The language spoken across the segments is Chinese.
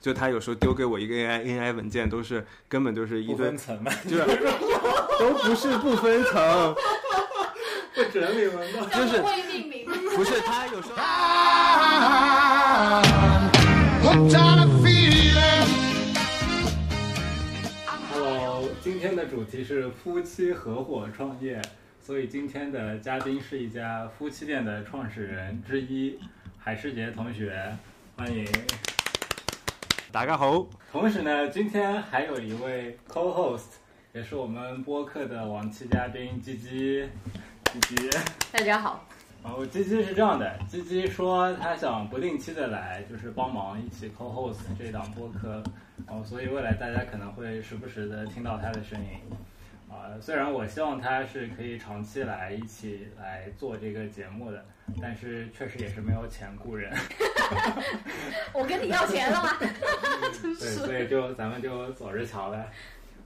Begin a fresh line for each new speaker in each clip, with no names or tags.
就他有时候丢给我一个 AI AI 文件，都是根本就是一
不
堆
分，层嘛，
就是都不是不分层，
不整理文档。
就是
会命名。
不是他有时候。
What kind of feeling?
我今天的主题是夫妻合伙创业，所以今天的嘉宾是一家夫妻店的创始人之一，海世杰同学，欢迎。
大家好，
同时呢，今天还有一位 co-host，也是我们播客的往期嘉宾鸡鸡，鸡鸡。
大家好，
然后鸡鸡啊是这样的，鸡鸡说他想不定期的来，就是帮忙一起 co-host 这档播客，然后所以未来大家可能会时不时的听到他的声音。啊、虽然我希望他是可以长期来一起来做这个节目的，但是确实也是没有钱雇人，
我跟你要钱了吗？真
对，
是
所以就咱们就走着瞧呗。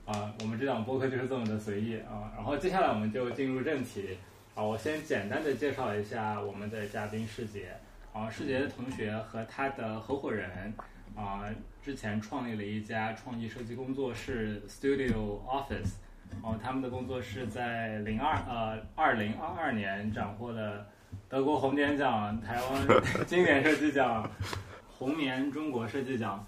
啊、我们这档播客就是这么的随意啊、然后接下来我们就进入正题啊、我先简单的介绍一下我们的嘉宾世杰啊、世杰的同学和他的合伙人啊、之前创立了一家创意设计工作室 Studio Office，然、后他们的工作室在零二呃二零二二年斩获了德国红点奖、台湾 经典设计奖、红棉中国设计奖。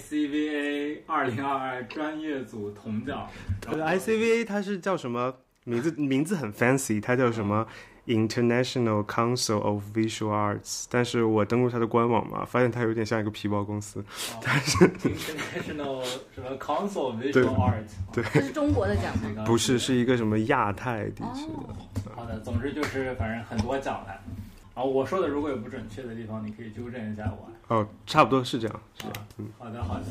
ICVA 二零二二专业组铜 奖，然
呃
后
ICVA 它是叫什么名字？名字很 fancy，它叫什么？International Council of Visual Arts。但是我登录它的官网嘛，发现它有点像一个皮包公司。
但是 International 什么 Council of
对
Visual 啊 Art
对
这是中国的奖吗？
这个
不是，是一个什么亚太地区的。
好的，总之就是反正很多奖了。啊，我说的如果有不准确的地方，你可以纠正一下我。
哦，差不多是这样。
啊，好的好的。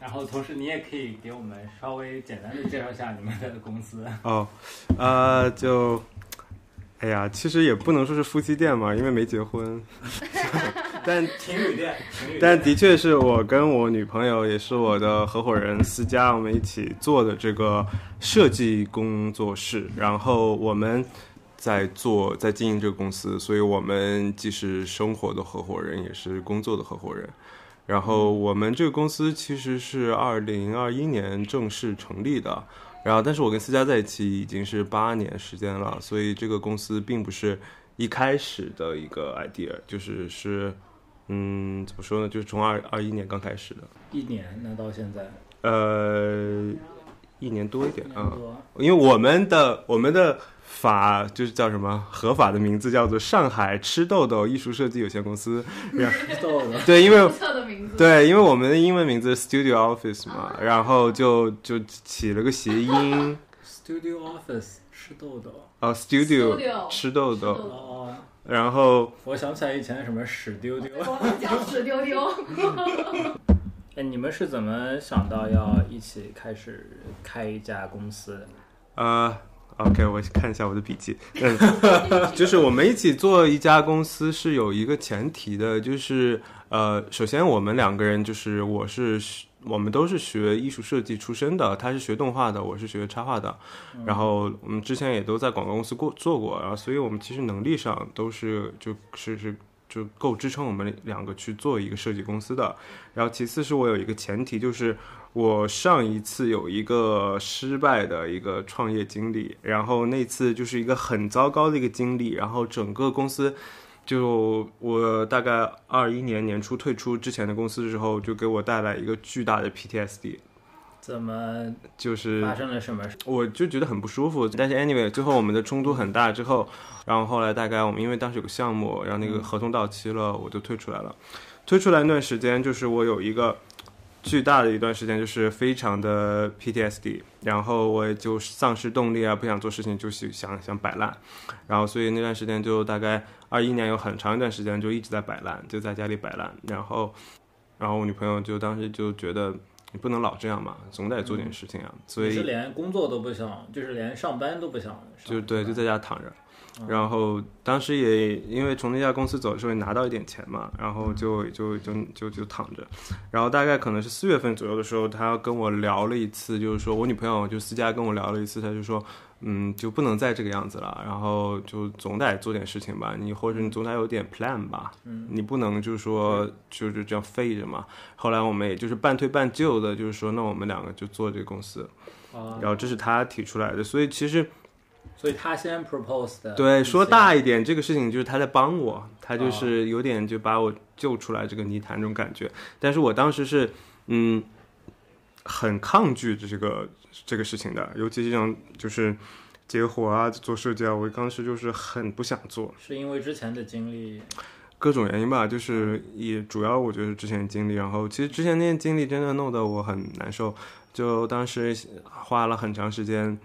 然后同时你也可以给我们稍微简单的介绍一下你们的公司。
哦，呃，就，哎呀，其实也不能说是夫妻店嘛，因为没结婚。 但
情侣店，情侣
但的确是我跟我女朋友，也是我的合伙人思佳，我们一起做的这个设计工作室。然后我们在做，在经营这个公司，所以我们既是生活的合伙人，也是工作的合伙人。然后我们这个公司其实是二零二一年正式成立的，然后但是我跟思佳在一起已经是八年时间了，所以这个公司并不是一开始的一个 idea，就是是嗯，怎么说呢？就是从二二一年刚开始的，
一年，那到现在
呃，一年多一
一
点
年
啊、
多。
因为我们的我们的法就是叫什么合法的名字叫做上海吃豆豆艺术设计有限公司。
逗的，
对，因为
注册的名字。
对，因为我们的英文名字是 Studio Office 嘛，然后就就起了个谐音，
Studio Office 吃豆豆。
呃，Studio
Studio，
吃豆
吃
豆
豆，
哦，
然后
我想起来以前什么屎丢丢。
我们叫屎丢丢，
哎，你们是怎么想到要一起开始开一家公司的？
呃，OK，我看一下我的笔记。嗯， 就是我们一起做一家公司是有一个前提的，就是呃，首先我们两个人就是我是学我们都是学艺术设计出身的，他是学动画的，我是学插画的，然后我们之前也都在广告公司过做过，然后所以我们其实能力上都是就是是。就够支撑我们两个去做一个设计公司的。然后其次是我有一个前提，就是我上一次有一个失败的一个创业经历，然后那次就是一个很糟糕的一个经历，然后整个公司就我大概二一年年初退出之前的公司的时候，就给我带来一个巨大的 PTSD，
怎么
就是
发生了什么事？
我就觉得很不舒服。但是 anyway，最后我们的冲突很大之后，然后后来大概我们因为当时有个项目，然后那个合同到期了，我就退出来了。退出来那段时间，就是我有一个巨大的一段时间，就是非常的 PTSD，然后我也就丧失动力啊，不想做事情，就喜想想摆烂，然后所以那段时间就大概二一年有很长一段时间就一直在摆烂，就在家里摆烂，然后，然后我女朋友就当时就觉得。你不能老这样嘛，总得做点事情啊。所以
你是连工作都不想，就是连上班都不想上，
就对，就
吧嗯
在家躺着。然后当时也因为从那家公司走的时候也拿到一点钱嘛，然后就
嗯
就就就就躺着。然后大概可能是四月份左右的时候，他跟我聊了一次，就是说我女朋友就私下跟我聊了一次，他就说，嗯，就不能再这个样子了。然后就总得做点事情吧，你或者你总得有点 plan 吧，
嗯
你不能就是说就是这样废着嘛。后来我们也就是半推半就的，就是说那我们两个就做这个公司，
啊，
然后这是他提出来的，所以其实
所以他先 propose 的。
对说大一点，这个事情就是他在帮我，他就是有点就把我救出来这个泥潭这种感觉。但是我当时是嗯很抗拒这个这个事情的，尤其是这种就是结伙啊做社交，我当时就是很不想做。
是因为之前的经历，
各种原因吧，就是也主要我觉得是之前的经历，然后其实之前那些经历真的弄得我很难受，就当时花了很长时间，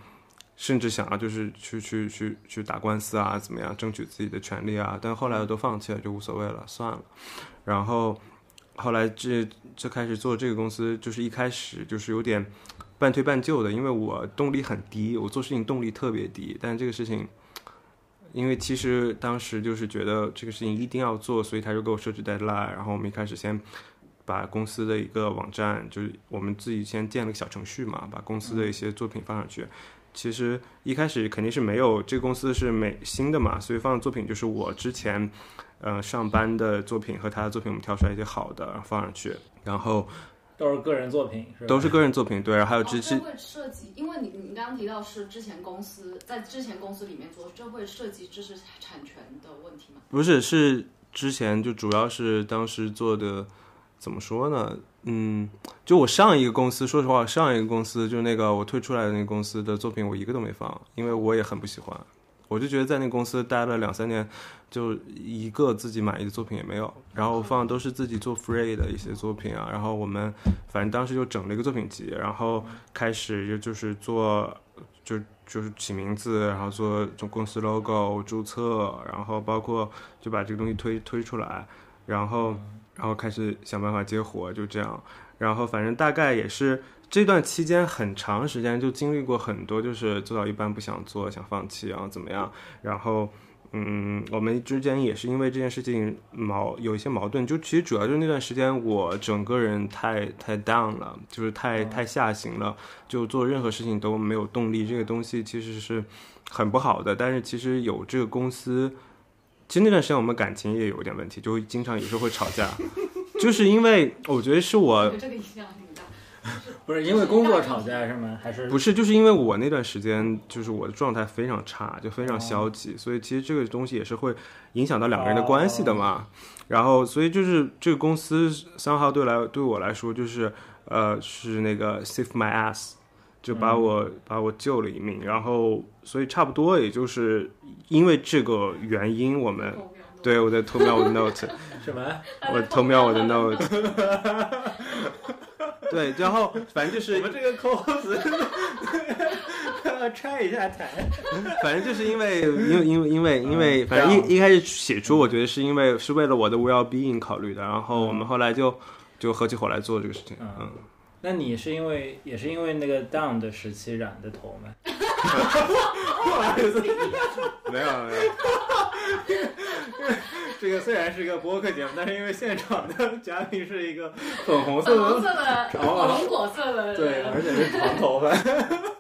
甚至想要就是去去去去打官司啊，怎么样争取自己的权利啊，但后来我都放弃了，就无所谓了，算了。然后后来这这开始做这个公司，就是一开始就是有点半推半就的，因为我动力很低，我做事情动力特别低，但这个事情。因为其实当时就是觉得这个事情一定要做，所以他就给我设置 deadline。然后我们一开始先把公司的一个网站，就是我们自己先建了个小程序嘛，把公司的一些作品放上去。其实一开始肯定是没有，这个公司是美新的嘛，所以放的作品就是我之前呃上班的作品和他的作品，我们挑出来一些好的，然后放上去。然后
都是个人作品，是吧？
都是个人作品，对，然后还有
哦
之
这
前
会涉及，因为你你刚刚提到是之前公司在之前公司里面做，这会涉及知识产权的问题吗？
不是，是之前就主要是当时做的，怎么说呢？嗯，就我上一个公司，说实话，上一个公司就是那个我退出来的那个公司的作品，我一个都没放，因为我也很不喜欢。我就觉得在那公司待了两三年，就一个自己满意的作品也没有，然后放的都是自己做 free 的一些作品啊。然后我们反正当时就整了一个作品集，然后开始就就是做就就是起名字，然后做这种公司 logo 注册，然后包括就把这个东西推推出来，然后然后开始想办法接活，就这样。然后反正大概也是这段期间很长时间就经历过很多，就是做到一半不想做，想放弃，然后怎么样，然后。嗯，我们之间也是因为这件事情矛有一些矛盾，就其实主要就是那段时间我整个人太太 down 了，就是太
嗯
太下行了，就做任何事情都没有动力，这个东西其实是很不好的。但是其实有这个公司，其实那段时间我们感情也有一点问题，就会经常有时候会吵架， 就是因为我觉得是
我
我
觉得这个影响挺大。
不是因为工作吵架是吗？还是
不是，就是因为我那段时间就是我的状态非常差，就非常消极，所以其实这个东西也是会影响到两个人的关系的嘛。然后，所以就是这个公司三号对来对我来说就是呃是那个 save my ass，就把我、把我救了一命。然后，所以差不多也就是因为这个原因，我们
偷瞄
对我在偷瞄我的 note，
什么？
我偷瞄我的 note。对，然后反正就是
我们这个扣子拆一下台。
反正就是因为，因为，因为，因为，因为，反正一一开始写出，我觉得是因为是为了我的 well being 考虑的，然后我们后来就就合起伙来做这个事情。嗯，
那你是因为也是因为那个 down 的时期染的头吗？
没有，没有，
这个虽然是个播客节目，但是因为现场的嘉宾是一个粉红
粉
色
红
的，
色的，
哦
火龙果色的，
对，而且是长头发。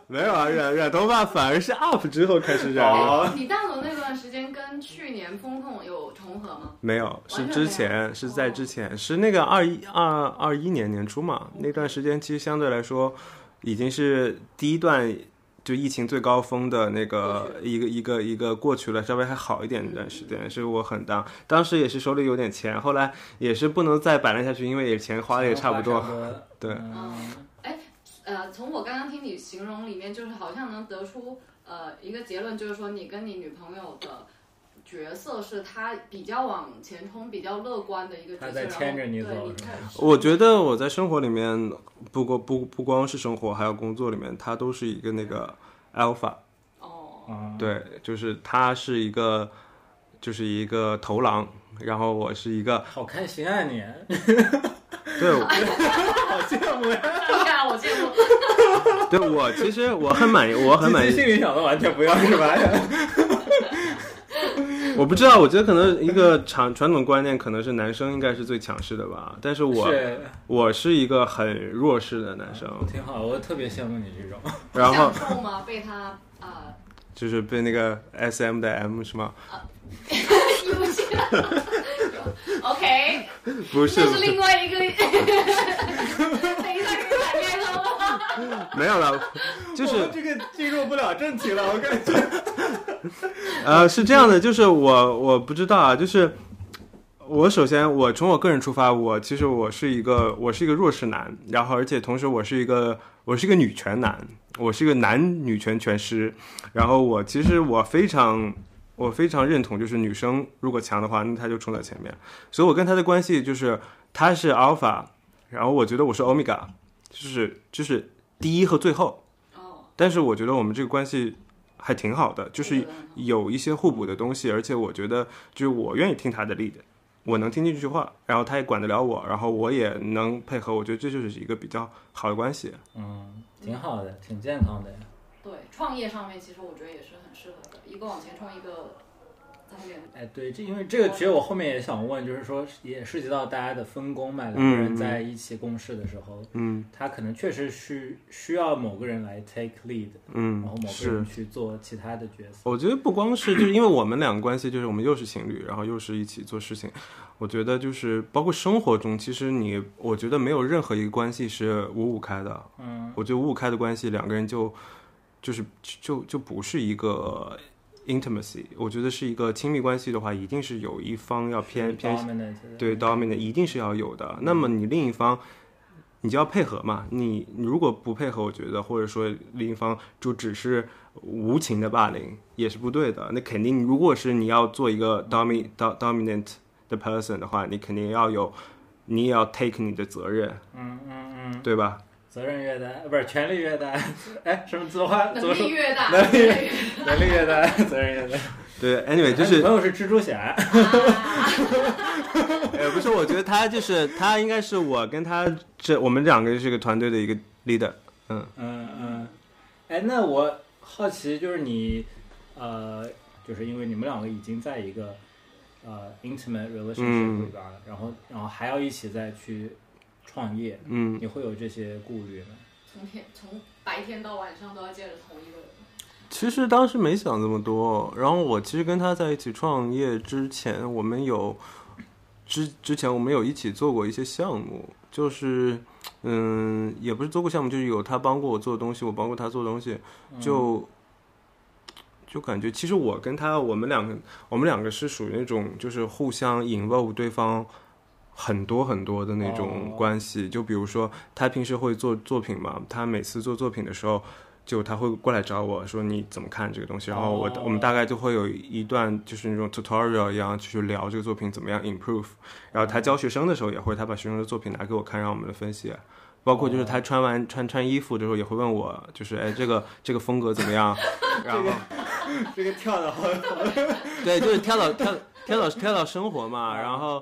没有啊，染染头发反而是 up 之后开始染的，
好，
你大总那段时间跟去年风控有重合吗？
没有，是
完全
之
没有哦
前，是在之前，是那个二一二二一年年初嘛，那段时间其实相对来说已经是第一段。就疫情最高峰的那个一个一个一个过去了，稍微还好一点那段时间，
嗯
是我很当当时也是手里有点钱，后来也是不能再摆烂下去，因为也钱花的也差不多。。对
嗯
呃，从我刚刚听你形容里面，就是好像能得出呃一个结论，就是说你跟你女朋友的角色是她比较往前冲、比较乐观的一个角色，
她在牵着你
然后
走
对
是吧
你看
我觉得我在生活里面，不光不不光是生活，还有工作里面，它都是一个那个 alpha，
哦，
嗯，
对，就是他是一个，就是一个头狼，然后我是一个，
好开心啊你！
对我
好羡慕呀！
你看啊我见过，
对我其实我很满意，我很满
自己
意。
心里想的完全不要是吧？
我不知道，我觉得可能一个传传统观念可能是男生应该是最强势的吧，但是我
是
我是一个很 弱势的男生，
挺好，我特别羡慕你这种。
然后
享受吗？被她呃
就是被那个 S M 的 M 是吗？
一不记得 OK，
不是
这，是另外一个。 等一下，给你打开了吗？哦
没有了，就
我
是
们这个进入不了正题了，我感觉。
呃，是这样的，就是我我不知道啊，就是我首先我从我个人出发，我其实我是一个我是一个弱势男，然后而且同时我是一个我是一个女权男，我是一个男女权全师，然后我其实我非常。我非常认同，就是女生如果强的话，那她就冲在前面。所以我跟她的关系就是，她是 alpha，然后我觉得我是 omega，就是就是第一和最后。
哦，
但是我觉得我们这个关系还挺好的，就是
我觉得很好
有一些互补的东西，而且我觉得就是我愿意听他的 lead，我能听进去话，然后他也管得了我，然后我也能配合，我觉得这就是一个比较好的关系。
嗯，挺好的，挺健康的呀。
对，创业上面其实我觉得也是很适合的，一个往前冲，一个在后面。
哎，对，这因为这个其实我后面也想问，就是说也涉及到大家的分工嘛，两个
嗯嗯
人在一起共事的时候，
嗯
他可能确实需需要某个人来 take lead，然
嗯
后，某个
是
人。去做其他的角色。
我觉得不光是就是因为我们两个关系，就是我们又是情侣，然后又是一起做事情。我觉得就是包括生活中，其实你我觉得没有任何一个关系是五五开的。
嗯，
我觉得五五开的关系，两个人就就是就就不是一个 intimacy。我觉得是一个亲密关系的话，一定是有一方要偏偏
dominant 的
对 dominant 一定是要有的。那么你另一方，你就要配合嘛。你你如果不配合，我觉得或者说另一方就只是无情的霸凌，也是不对的。那肯定，如果是你要做一个 domi do, dominant 的 person 的话，你肯定要有，你也要 take 你的责任，
嗯嗯嗯，
对吧？
责任越大，不是权力越大， 哎，什么怎么话？怎
能
么
力
说？
越大，
能力
越
能力越大， 责任越大。
对，anyway 就
哎 女
是
朋友是蜘蛛侠，
呃，不是，我觉得他就是他，应该是我跟他这我们两个是个团队的一个 leader。嗯，
嗯嗯，哎，那我好奇就是你，呃，就是因为你们两个已经在一个呃 intimate relationship
嗯
里边了，然后然后还要一起再去创业，
嗯
你会有这些顾虑吗？
从天从白天到晚上都要见着同一个人。
其实当时没想这么多。然后我其实跟他在一起创业之前，我们有之之前我们有一起做过一些项目，就是嗯，也不是做过项目，就是有他帮过我做东西，我帮过他做东西，
嗯
就、就感觉其实我跟他，我们两个，我们两个是属于那种就是互相 involve 对方很多很多的那种
哦
关系。就比如说他平时会做作品嘛，他每次做作品的时候。就他会过来找我说你怎么看这个东西，然后我、
哦
我们大概就会有一段就是那种 tutorial 一样去聊这个作品怎么样 improve，然后他教学生的时候也会，他把学生的作品拿给我看，让我们分析。包括就是他穿完穿穿衣服的时候也会问我，就是哎这个这个风格怎么样？然后
这个跳的好，
对，就是跳到跳跳到跳到生活嘛。然后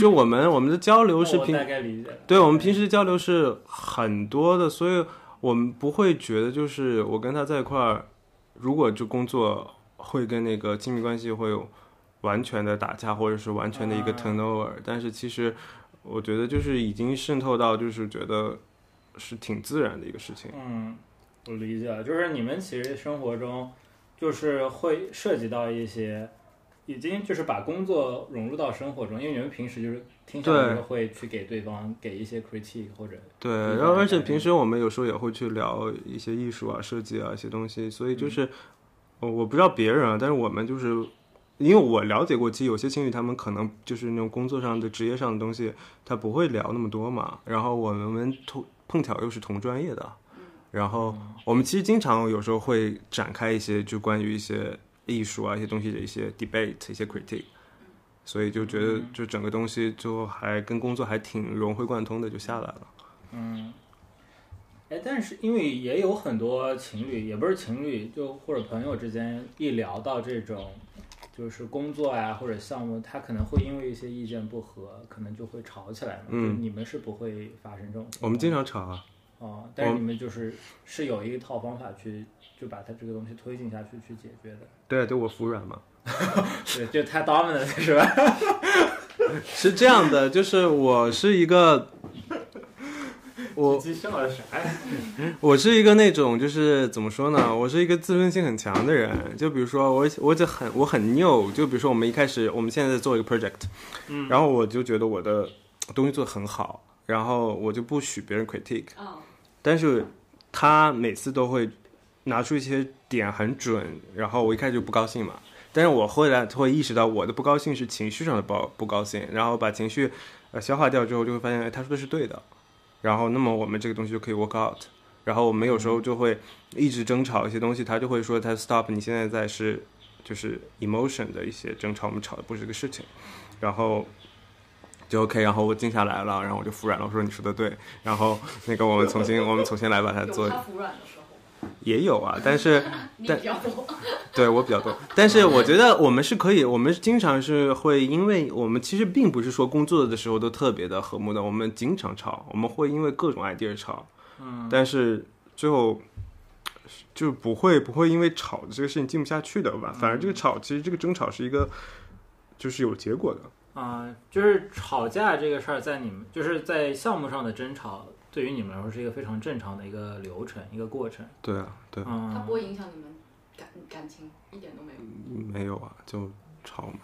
就我们我们的交流是
我
平
大概理解了。
对我们平时交流是很多的，所以我们不会觉得就是我跟他在一块儿，如果就工作会跟那个亲密关系会有完全的打架，或者是完全的一个
啊
turnover、但是其实我觉得就是已经渗透到，就是觉得是挺自然的一个事情。
嗯，我理解了，就是你们其实生活中就是会涉及到一些，已经就是把工作融入到生活中，因为你们平时就是听上
对
来就会去给对方给一些 critique 或者
对，
嗯
然后而且平时我们有时候也会去聊一些艺术啊、设计啊一些东西，所以就是，呃我不知道别人啊，但是我们就是，因为我了解过，其实有些情侣他们可能就是那种工作上的、职业上的东西，他不会聊那么多嘛。然后我们同碰巧又是同专业的，然后我们其实经常有时候会展开一些就关于一些艺术啊、一些东西的一些 debate、一些 critique。所以就觉得，就整个东西就还跟工作还挺融会贯通的，就下来了。
嗯，哎，但是因为也有很多情侣，也不是情侣，就或者朋友之间一聊到这种。就是工作呀、或者项目，他可能会因为一些意见不合，可能就会吵起来嘛。
嗯
就你们是不会发生这种情况的。
我们经常吵啊，
哦，但是
我
你们就是是有一套方法去就把它这个东西推进下去去解决的，
对，就我服软嘛。
对，就太 dominant 了是吧？
是这样的，就是我是一个，我
鸡笑的啥呀？
我是一个那种就是怎么说呢，我是一个自尊心很强的人。就比如说我我就很我很 new，就比如说我们一开始我们现在在做一个 project，
嗯，
然后我就觉得我的东西做的很好，然后我就不许别人 critique，
嗯，
但是他每次都会拿出一些点很准，然后我一开始就不高兴嘛。但是我后来会意识到我的不高兴是情绪上的不不高兴，然后把情绪呃消化掉之后，就会发现、哎、他说的是对的，然后那么我们这个东西就可以 work out。然后我们有时候就会一直争吵一些东西，他就会说他 stop，你现在在是就是 emotion 的一些争吵，我们吵的不是这个事情，然后就 OK，然后我静下来了，然后我就服软了，我说你说的对，然后那个我们重新我们重新来把它
有
做
他服软的时候，
也有啊，但是
你
但
比较多。
对我比较多，但是我觉得我们是可以，我们经常是会，因为我们其实并不是说工作的时候都特别的和睦的，我们经常吵，我们会因为各种 idea 吵，
嗯，
但是最后就不会不会因为吵的这个事情进不下去的吧，反而这个吵其实这个争吵是一个就是有结果的，
啊、就是吵架这个事儿，在你们就是在项目上的争吵，对于你们来说是一个非常正常的一个流程，一个过程。
对啊，对，
它
嗯
不，会影响你们感感情，一点都没有。
没有啊，就吵嘛，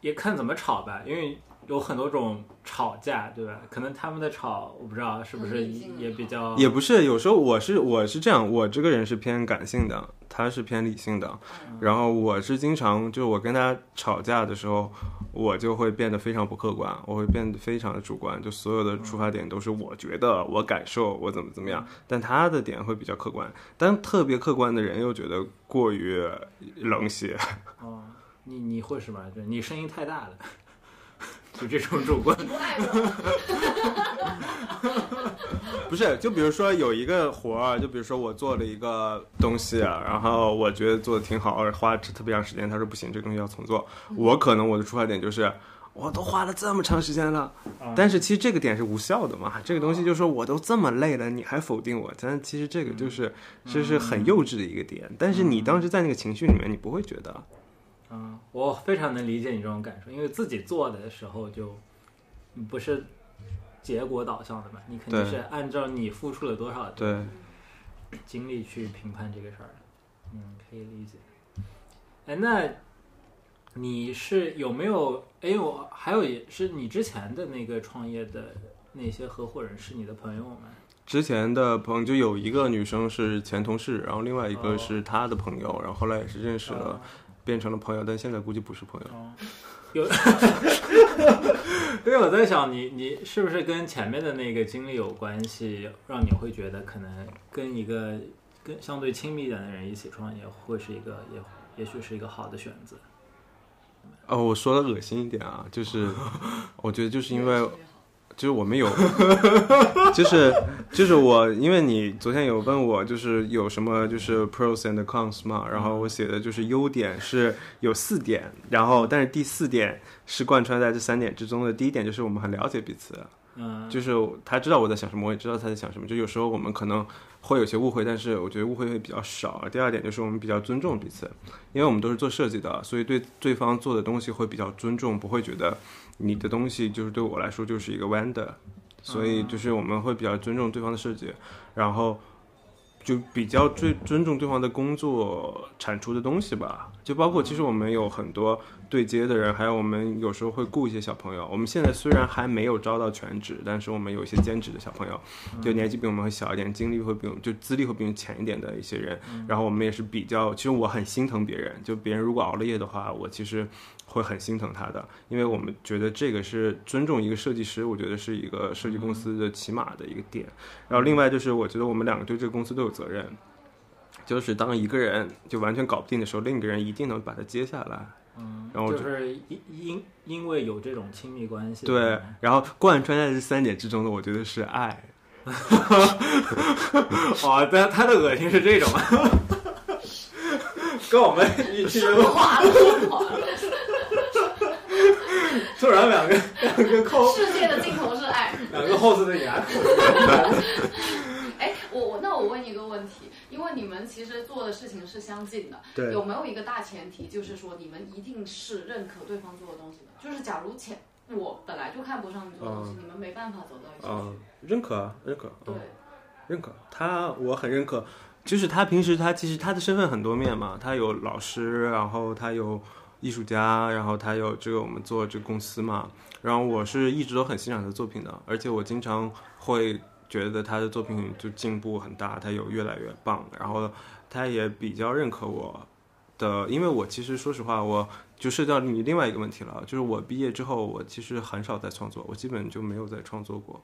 也看怎么吵吧，因为有很多种吵架，对吧？可能他们的吵，我不知道是不是
很理性的
也比较
也不是，有时候我是我是这样，我这个人是偏感性的，他是偏理性的。然后我是经常，就是我跟他吵架的时候，我就会变得非常不客观，我会变得非常的主观，就所有的出发点都是我觉得、我感受、我怎么怎么样。但他的点会比较客观，但特别客观的人又觉得过于冷血。
哦，你你会什么？就你声音太大了， 就这种主观。
你不爱我，
不是，就比如说有一个活儿，就比如说我做了一个东西，啊然后我觉得做的挺好，而花特别长时间，他说不行，这个东西要重做。我可能我的出发点就是，我都花了这么长时间了，
嗯
但是其实这个点是无效的嘛。这个东西就是说我都这么累了，你还否定我，但其实这个就是这是很幼稚的一个点。但是你当时在那个情绪里面，你不会觉得，
嗯，我非常能理解你这种感受，因为自己做的时候就你不是结果导向的嘛，你肯定
对
是按照你付出了多少
对，
精力去评判这个事儿的。嗯，可以理解。哎，那你是有没有？哎，我还有也是你之前的那个创业的那些合伙人是你的朋友吗？
之前的朋友就有一个女生是前同事，然后另外一个是她的朋友，然后后来也是认识了。变成了朋友，但现在估计不是朋友。
哦，有， 因为我在想你，你是不是跟前面的那个经历有关系，让你会觉得可能跟一个跟相对亲密一点的人一起创业，会是一个也也许是一个好的选择。
哦，我说的恶心一点啊，就是 我觉得就是因
越
为
吃越好
就是我们有， 就是就是我，因为你昨天有问我就是有什么就是 pros and cons 嘛，然后我写的就是优点是有四点，然后但是第四点是贯穿在这三点之中的。第一点就是我们很了解彼此，
嗯，
就是他知道我在想什么，我也知道他在想什么。就有时候我们可能会有些误会，但是我觉得误会会比较少。第二点就是我们比较尊重彼此，因为我们都是做设计的，所以对对方做的东西会比较尊重，不会觉得你的东西就是对我来说就是一个 vendor，所以就是我们会比较尊重对方的设计，然后就比较最尊重对方的工作产出的东西吧。就包括其实我们有很多对接的人，还有我们有时候会雇一些小朋友。我们现在虽然还没有招到全职，但是我们有一些兼职的小朋友，就年纪比我们会小一点，经历会比我们就资历会比我们浅一点的一些人。然后我们也是比较，其实我很心疼别人，就别人如果熬了夜的话，我其实会很心疼他的，因为我们觉得这个是尊重一个设计师，我觉得是一个设计公司的起码的一个点。然后另外就是，我觉得我们两个对这个公司都有责任。就是当一个人就完全搞不定的时候，另一个人一定能把它接下来。
嗯，
然后我
就
就是
因因因为有这种亲密关系，
对，然后贯穿在这三点之中的，我觉得是爱。
哦，但他的恶心是这种，跟我们一起
升华了，升华了。
突然两个两个扣
世界的尽头是爱。
两个 host 的牙口，
哎，我我那我问你一个问题，因为你们其实做的事情是相近的，
对
有没有一个大前提，就是说你们一定是认可对方做的东西的？就是假如前我本来就看不上你做的东西，你们没办法走到一起
嗯
去。，
认可啊，认可，
对
嗯，，认可他，我很认可。就是他平时他其实他的身份很多面嘛，他有老师，然后他有艺术家，然后他有这个我们做这个公司嘛。然后我是一直都很欣赏他的作品的，而且我经常会觉得他的作品就进步很大，他有越来越棒。然后他也比较认可我的，因为我其实说实话，我就涉及到你另外一个问题了，啊就是我毕业之后，我其实很少在创作，我基本就没有在创作过。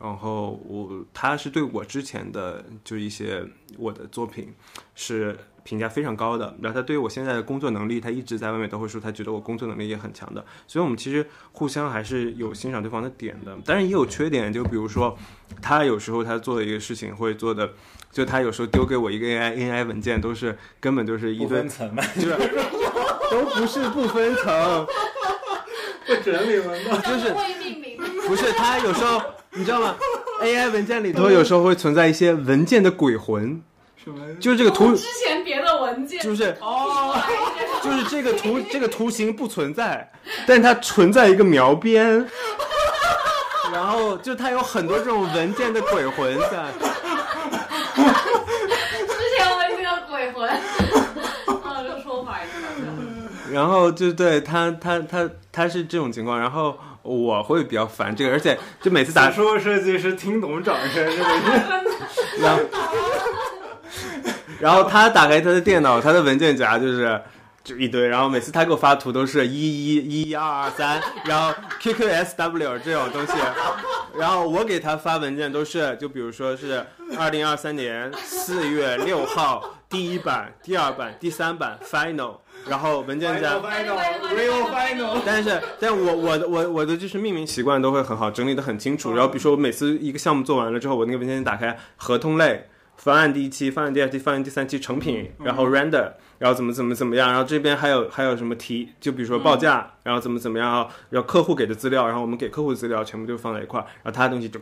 然后我他是对我之前的就一些我的作品是评价非常高的，然后他对我现在的工作能力，他一直在外面都会说他觉得我工作能力也很强的，所以我们其实互相还是有欣赏对方的点的，当然也有缺点，就比如说他有时候他做的一个事情会做的，就他有时候丢给我一个 AI AI 文件都是根本就是一
不
堆
分层嘛，
就是都不是不分层，
不整理文档，
就是
但会命名，
不是，它有时候你知道吗？AI 文件里头有时候会存在一些文件的鬼魂，
什么？
就是这个图，
之前别的文件
就是
哦，
就是这个图，这个图形不存在，但它存在一个描边，然后就它有很多这种文件的鬼魂在。
之前我已经有鬼 魂，啊，这个说法也是搞笑的。
然后就对他，他他他是这种情况，然后我会比较烦这个，而且就每次打
打出设计师听懂掌声，这个
然后，然后他打开他的电脑，他的文件夹就是就一堆，然后每次他给我发图都是一一一二二三， 然后 QQSW 这种东西，然后我给他发文件都是就比如说是二零二三年四月六号第一版、第二版、第三版 Final，然后文件夹
final final，real final，
但是，但我我的我我的就是命名习惯都会很好，整理的很清楚。然后比如说我每次一个项目做完了之后，我那个文件夹打开，合同类、方案第一期、方案第二期、方案第三期、成品，然后 render，然后怎么怎么怎么样，然后这边还有还有什么题，就比如说报价，然后怎么怎么样，然后然后客户给的资料，然后我们给客户的资料全部就放在一块儿，然后他的东西就，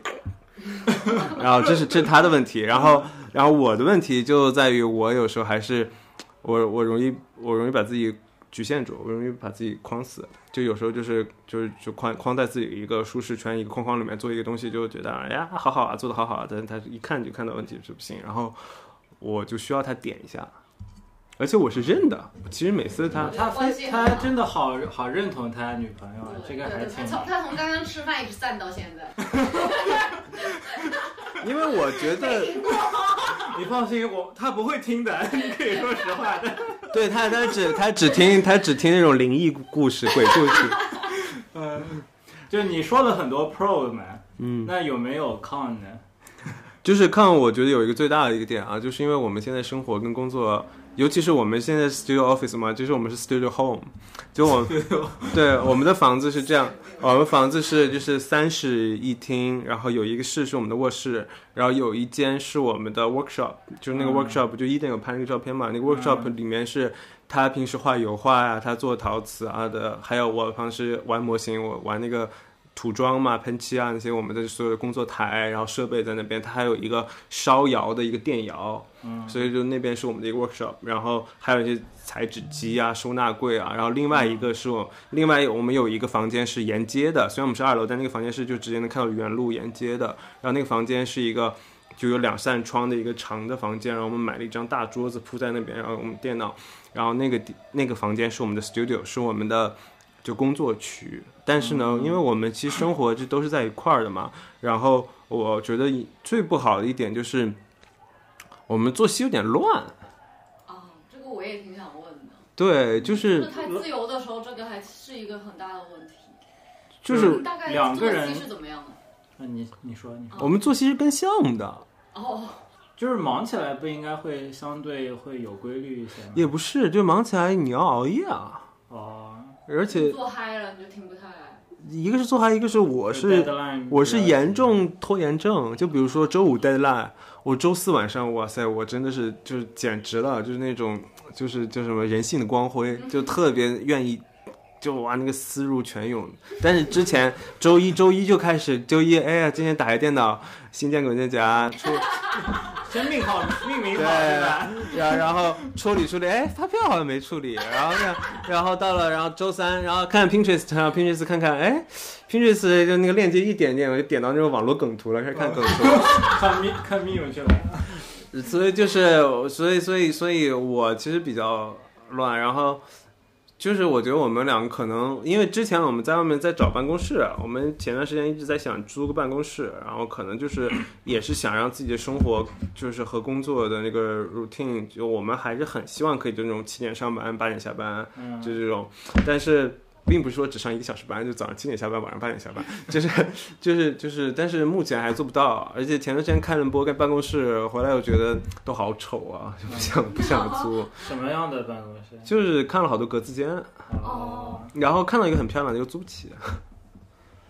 然后这是这是他的问题，然后然后我的问题就在于我有时候还是我我容易我容易把自己局限住，我容易把自己框死，就有时候就是就是就框框在自己一个舒适圈一个框框里面做一个东西，就觉得哎呀好好啊，做的好好啊，但是他一看就看到问题就不行，然后我就需要他点一下，而且我是认的，其实每次他
他非他真的好好认同他女朋友啊，这个还
对
是
他
挺
从他从刚刚吃饭一直散到现在，
因为我觉得
你放心，我他不会听的， 你可以说实话的。
对他他只他只听他只听那种灵异故事鬼故事，
嗯， 就你说了很多 pro 的嘛，
嗯。
那有没有 con 呢？
就是看，我觉得有一个最大的一个点啊，就是因为我们现在生活跟工作，尤其是我们现在 studio office 嘛，就是我们是 studio home，就我对我们的房子是这样，我们房子是就是三室一厅，然后有一个室是我们的卧室，然后有一间是我们的 workshop，就是那个
嗯
workshop 就一定有拍那个照片嘛，那个 workshop 里面是。他平时画油画呀、他做陶瓷啊的，还有我平时玩模型，我玩那个涂装嘛、喷漆啊那些，我们的所有的工作台，然后设备在那边，它还有一个烧窑的一个电窑，
嗯，
所以就那边是我们的一个 workshop，然后还有一些裁纸机啊、收纳柜啊，然后另外一个是我，另外我们有一个房间是沿街的，虽然我们是二楼，但那个房间是就直接能看到原路沿街的，然后那个房间是一个。就有两扇窗的一个长的房间，然后我们买了一张大桌子铺在那边，然后我们电脑，然后那个地那个房间是我们的 studio，是我们的就工作区。但是呢，因为我们其实生活这都是在一块儿的嘛，然后我觉得最不好的一点就是我们作息有点乱。
啊，这个我也挺想问的。
对，就
就是
是
太自由的时候，这个还是一个很大的问题。
就是
大概
两个人
作息是怎么样的？
那你你说你说，
我们作息是跟项目的，
哦，
就是忙起来不应该会相对会有规律一些吗？
也不是就忙起来你要熬夜啊，
哦，
而且
做嗨了你就停不下来。
一个是做还一个是我
就是 deadline
我是
比较
严重拖延症，就比如说周五 deadline，我周四晚上，哇塞，我真的是就是简直了，就是那种就是叫什么人性的光辉，就特别愿意。就哇，那个思入泉涌。但是之前周一周一就开始，周一哎呀，今天打开电脑，新建个文件夹，出
真命好，命名好，
对
对吧？，
然然后处理处理，哎，发票好像没处理，然后呢，然后到了，然后周三，然后看 Pinterest，然后 Pinterest 看看，哎，Pinterest 就那个链接一点点，我就点到那种网络梗图了，开始看梗图，
看命看命运去了。
所以就是，所以所以所以我其实比较乱，然后。就是我觉得我们两个可能，因为之前我们在外面在找办公室，我们前段时间一直在想租个办公室，然后可能就是也是想让自己的生活就是和工作的那个 routine，就我们还是很希望可以就那种七点上班八点下班，
嗯，
就这种，但是并不是说只上一个小时班，就早上七点下班，晚上八点下班，就是就是就是，但是目前还做不到。而且前段时间看了播跟办公室回来，我觉得都好丑啊，就不想不想租。
什么样的办公室？
就是看了好多格子间，
哦，
然后看到一个很漂亮的又租不起。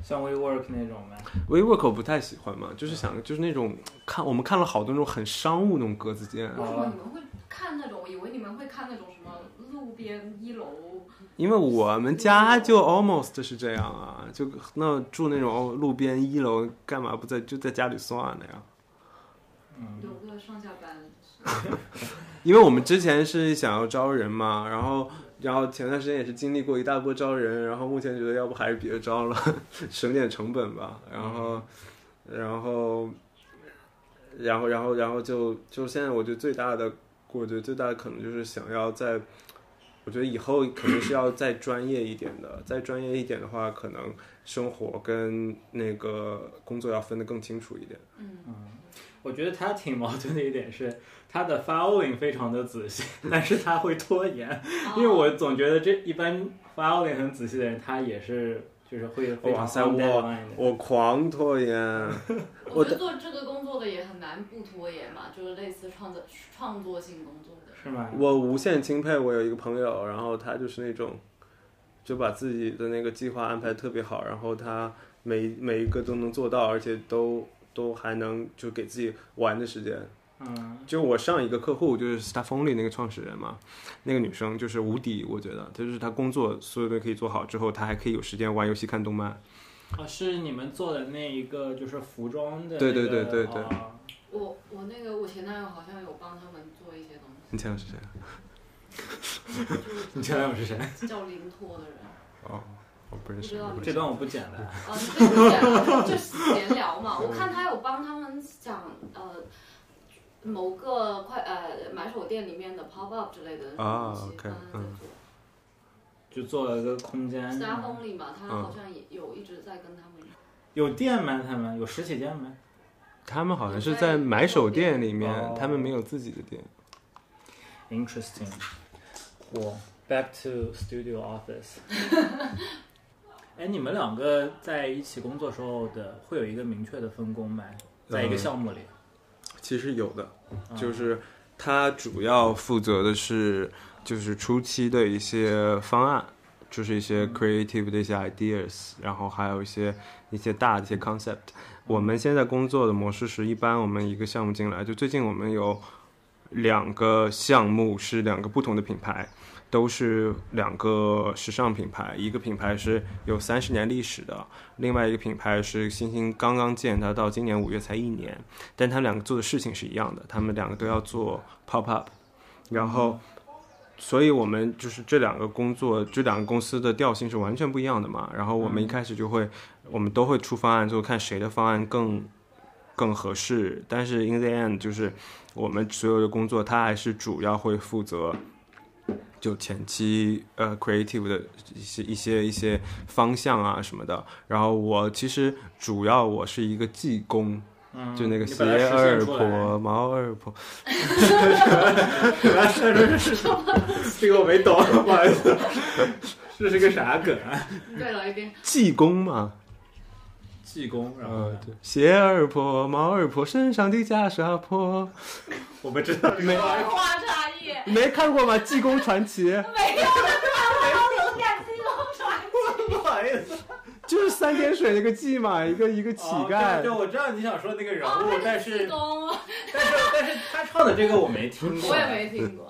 像 WeWork 那种呗。
WeWork 我不太喜欢嘛，就是想就是那种看我们看了好多那种很商务那种格子间，
为
啊
什么你们会看那种？我以为你们会看那种什么路边一楼，
因为我们家就 almost 是这样啊，就那住那种路边一楼，干嘛不在就在家里算了呀？
嗯，
有个上下班。
因为我们之前是想要招人嘛，然后然后前段时间也是经历过一大波招人，然后目前觉得要不还是别招了，省点成本吧。然后，然后，然后，然后，然后就就现在，我觉得最大的，我觉得最大的可能就是想要在，我觉得以后肯定是要再专业一点的，再专业一点的话，可能生活跟那个工作要分得更清楚一点。
嗯，
我觉得他挺矛盾的一点是，他的 following 非常的仔细，但是他会拖延，因为我总觉得这一般 following 很仔细的人，他也是就是会非常
哇塞
on
我
deadline 的。
我狂拖延。
我觉得做这个工作的也很难不拖延吧，就是类似创作创作性工作的。
是吗？
我无限钦佩我有一个朋友，然后他就是那种，就把自己的那个计划安排得特别好，然后他每每一个都能做到，而且都都还能就给自己玩的时间。
嗯，
就我上一个客户就是 s t a f f o n l y 那个创始人嘛，那个女生就是无敌，我觉得就是她工作所有都可以做好之后，她还可以有时间玩游戏、看动漫。
啊，是你们做的那一个就是服装的那个、
对对对对对
哦
我我那个我前男友好像有帮他们做一些东
你前男友是谁？啊
西，
你前男友是谁？
就是叫零托的人。
哦，我不认识。
不知道
我不
这
认识
段我不剪了。
呃，对不对？就是闲聊嘛。我看他有帮他们讲呃某个快呃买手店里面的 pop up 之类的
啊
东西，
，OK，
帮他在
嗯
做。
就做了个空间，
s t a f 里嘛，他
嗯
好像也有一直在跟他们。
有店吗？他们有实体店吗？
他们好像是在买手店里面，
哦
他们没有自己的店。
Interesting. Cool. Back to studio office. 哎，你们两个在一起工作时候的会有一个明确的分工吗？在一个项目里，
其实有的，
嗯
就是他主要负责的是就是初期的一些方案，就是一些 creative 的一些 ideas，然后还有一些一些大的一些 concept。我们现在工作的模式是，一般我们一个项目进来，就最近我们有两个项目是两个不同的品牌，都是两个时尚品牌，一个品牌是有三十年历史的，另外一个品牌是新兴刚刚建，它到今年五月才一年，但他们两个做的事情是一样的，他们两个都要做 pop up，然后，所以我们就是这两个工作，这两个公司的调性是完全不一样的嘛。然后我们一开始就会，我们都会出方案，就看谁的方案更更合适。但是 in the end，就是我们所有的工作，他还是主要会负责。就前期呃 creative 的一些一些一些方向啊什么的，然后我其实主要我是一个技工，
嗯，
就那个
你
鞋
把它实现
二
出来，
婆、毛二婆，
这个我没懂，不好意思，这是个啥梗啊？
对了，一边
济公嘛，
济公，然后呢
嗯对，鞋二婆、毛二婆身上的袈裟破，
我不知道这个玩意儿，
花茶叶，
没看过吗？《济公传奇》
没有，我有点激动出来。
不好意思，
就是三点水那个济嘛，一个一个乞
哦对对，
丐。
我知道你想说那个人物
哦，，
但
济
啊是啊
公，
但是但是他唱的这个我没听
嗯
过，
我也没 听过。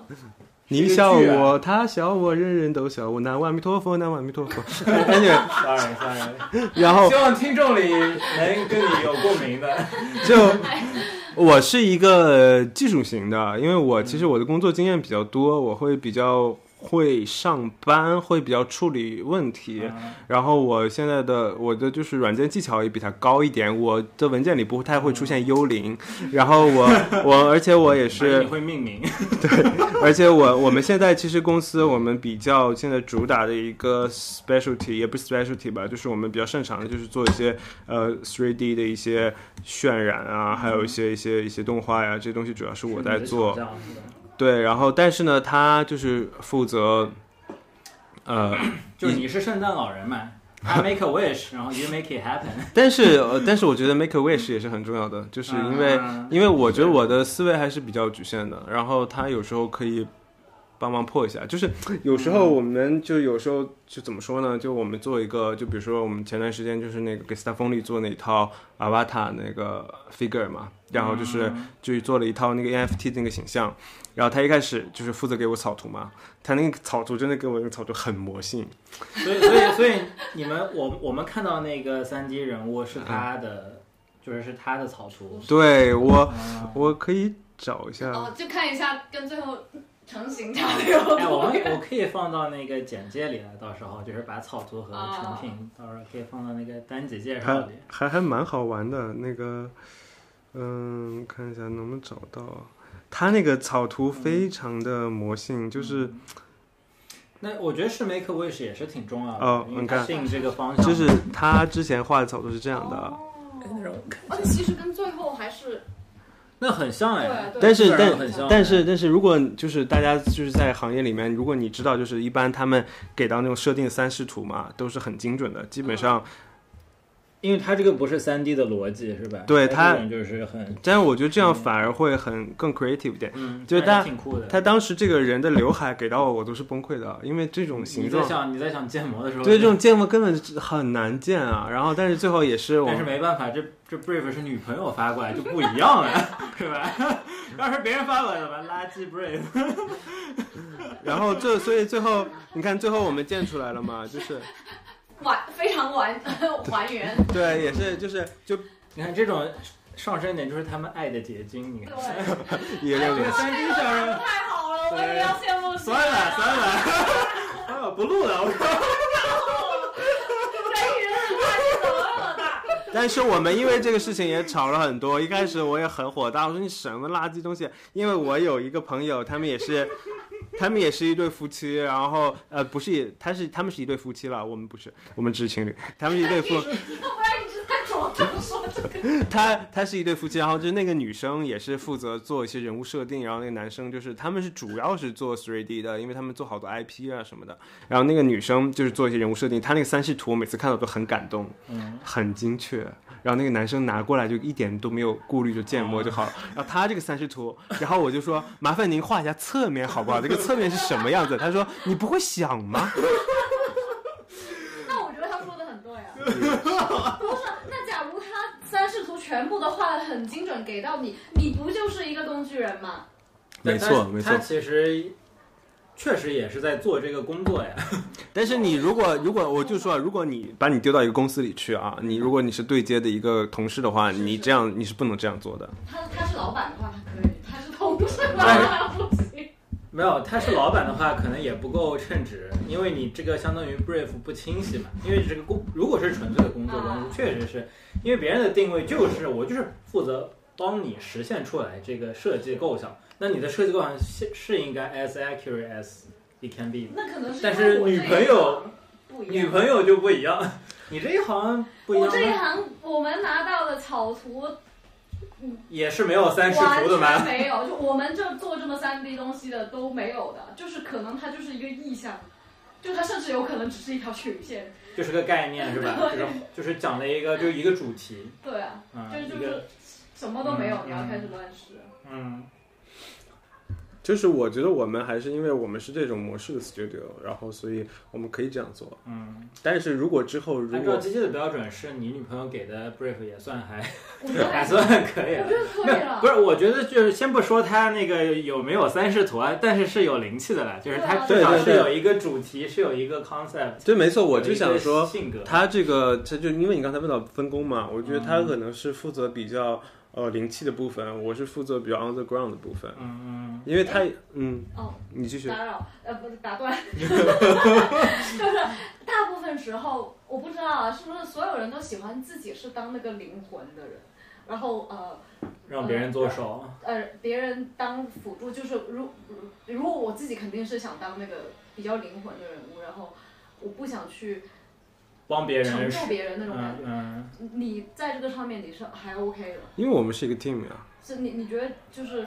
你笑
啊
我，他笑我，人人都笑我，南无阿弥陀佛，南无阿弥陀 佛。而且，
，sorry
哦
sorry。
哎然后
希望听众里能跟你有共鸣的。
就我是一个技术型的，因为我其实我的工作经验比较多，我会比较会上班，会比较处理问题。
嗯
然后我现在的我的就是软件技巧也比他高一点，我的文件里不太会出现幽灵。然后我我而且我也
反正
是
你，会命名，
而且我我们现在其实公司我们比较现在主打的一个 specialty 也不是 specialty 吧，就是我们比较擅长的就是做一些呃 3D 的一些渲染啊，还有一些一些一些动画呀、这些东西主要是我在做。
是你的厂商是吧
对，然后但是呢，他就是负责呃
就是你是圣诞老人嘛，I make a wish，然后 you make it happen，
但是，呃，但是我觉得 make a wish 也是很重要的，就是因为，
啊
因为我觉得我的思维还是比较局限的，然后他有时候可以帮忙破一下，就是有时候我们就有时候就怎么说呢？就我们做一个，就比如说我们前段时间就是那个给 s t a f f o n l y 做那一套 Avatar 那个 figure 嘛，然后就是就做了一套那个 E NFT 那个形象，然后他一开始就是负责给我草图嘛，他那个草图真的给我那个草图很魔性，
所以所以所以你们我我们看到那个三 D 人物是他
嗯
的，就是是他的草图，
对我
嗯
我可以找一下。
哦，就看一下跟最后成型差的有
哎，我
多
们
远。
我可以放到那个简介里了，到时候就是把草图和成品，到时候可以放到那个单集介绍
还
里。
还还蛮好玩的。那个，嗯，看一下能不能找到啊。它那个草图
嗯
非常的魔性，就是
那我觉得是 make a wish 也是挺重要的，
哦
因为
你
它
看
吸引这个方向，
就是他之前画的草图是这样的，
哦，哦，其实跟最后还是
那很像
对
哎，
对，
但是
基本上很像哎
但但是但是如果就是大家就是在行业里面，如果你知道就是一般他们给到那种设定三视图嘛，都是很精准的，基本上。
嗯因为它这个不是三 D 的逻辑是吧？
对它
这种就是很，
但是我觉得这样反而会很更 creative 一点。
嗯，
就是
它
它
挺酷的。
他当时这个人的刘海给到我，我都是崩溃的，因为这种
你
形
在
状，
想你在想建模的时候，
对这种建模根本是很难建啊。然后但是最后也是我
但
们
是没办法，这这 brief 是女朋友发过来就不一样 了，是吧？ 要是别人发过来的吧，垃圾 brief。
然后这，所以最后你看，最后我们建出来了嘛，就是
完非常完 还原。
对，也是就是就
你看这种上升点就是他们爱的结晶，你
对
看。，
也有点
哎三 D 小人
太好了，我也要羡慕死
算了算了， 哎呦不录了，我靠！
人与人的关系怎么那么大？
但是我们因为这个事情也吵了很多，一开始我也很火大，我说你什么垃圾东西？因为我有一个朋友，他们也是，他们也是一对夫妻，然后呃不是，他是他们是一对夫妻了，我们不是，我们只是情侣，他们是一对夫，
要不然一直在左上说这个。
他他是一对夫妻，然后就是那个女生也是负责做一些人物设定，然后那个男生就是他们是主要是做 3D 的，因为他们做好多 IP 啊什么的。然后那个女生就是做一些人物设定，她那个三视图我每次看到都很感动，
嗯，
很精确。然后那个男生拿过来就一点都没有顾虑，就建模就好了。然后他这个三视图，然后我就说麻烦您画一下侧面好不好？这个侧面是什么样子？他说你不会想吗？
那我觉得他说的很对
嗯
啊。 不是，那假如他三视图全部都画的很精准，给到你，你不就是一个工具人吗？
没错没错
他其实确实也是在做这个工作呀。
但是你如果如果我就说啊，如果你把你丢到一个公司里去啊，你如果你是对接的一个同事的话，
是
你这样你是不能这样做的。
他他是老板的话，他可以；他是同事的话，他不行。
没有，他是老板的话，可能也不够称职，因为你这个相当于 brief 不清晰嘛。因为这个工，如果是纯粹的工作关系
啊，
确实是因为别人的定位就是我就是负责帮你实现出来这个设计构想，那你的设计构想是是应该 as accurate as it can be 的。
那可能
但是女朋友
不一样。
女朋友就不一样，你这一行不一
我
样
这一
吗，
行我们拿到的草图
也是没有三视
完
图的
全
嘛。
没有，就我们这做这么三 D 东西的都没有的，就是可能它就是一个意象，就它甚至有可能只是一条曲线。
就是个概念是吧？就是就是讲了一个就是一个主题，
对啊，
嗯，
就是就
一
是
个
什么都没有，
嗯
你要开始乱 试。
嗯，
就是我觉得我们还是因为我们是这种模式的 studio，然后所以我们可以这样做。
嗯，
但是如果之后如
按照
果
机器的标准，是你女朋友给的 brief 也算还
我觉得
还
还
算可以
我
了
觉。得可
没
以
有，
了
不。是，我觉得就是先不说他那个有没有三视图啊，但是是有灵气的啦，就是他至
对啊
少
对对
是
对
有一个主题，是有一个 concept，
对，没错，
有
我
一
就
个
想说，
性格，
嗯他这个，他就因为你刚才问到分工嘛，我觉得他可能是负责比较呃灵气的部分，我是负责比较 on the ground 的部分，
嗯
因为他嗯，
哦，
你继续，
打扰，呃，不是打 断，就是大部分时候，我不知道啊是不是所有人都喜欢自己是当那个灵魂的人，然后呃
嗯，让别人做手，
呃，别人当辅助，就是如如如果我自己肯定是想当那个比较灵魂的人物，然后我不想去
帮别
成
人
就别人那种感
嗯
觉。
嗯，
你在这个上面你是还 OK 的，
因为我们是一个 team 呀、
是你你觉得 就是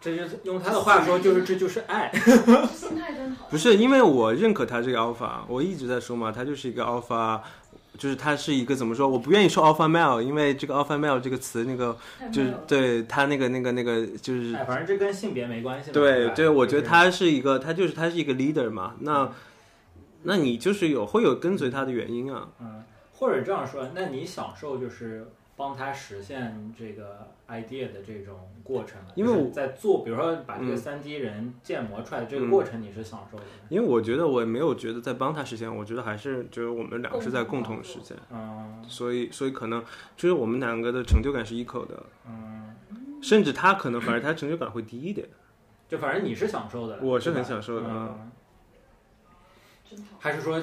这就是用他的话说，就是这就是爱。
心态真好。
不是，因为我认可他这个 alpha，我一直在说嘛，他就是一个 alpha，就是他是一个怎么说？我不愿意说 alpha male，因为这个 alpha male 这个词，那个
太
就
没有
是
了
对他那个那个那个就是
哎，反正这跟性别没关系嘛。
对
吧
对，我觉
就
得
是
他是一个，他就是他是一个 leader 嘛，那那你就是有会有跟随他的原因啊。
嗯，或者这样说，那你享受就是帮他实现这个 idea 的这种过程吗，
因为
就是
我
在做，比如说把这个
嗯
三 D 人建模出来的这个
嗯
过程，你是享受的吗。
因为我觉得我也没有觉得在帮他实现，我觉得还是觉得我们俩是在共同实现，
嗯
所以所以可能就是我们两个的成就感是 equal 的，
嗯，
甚至他可能反而他成就感会低一点。
就反正你是享受的，
我是
对吧
很享受的
嗯，
真好。
还是说，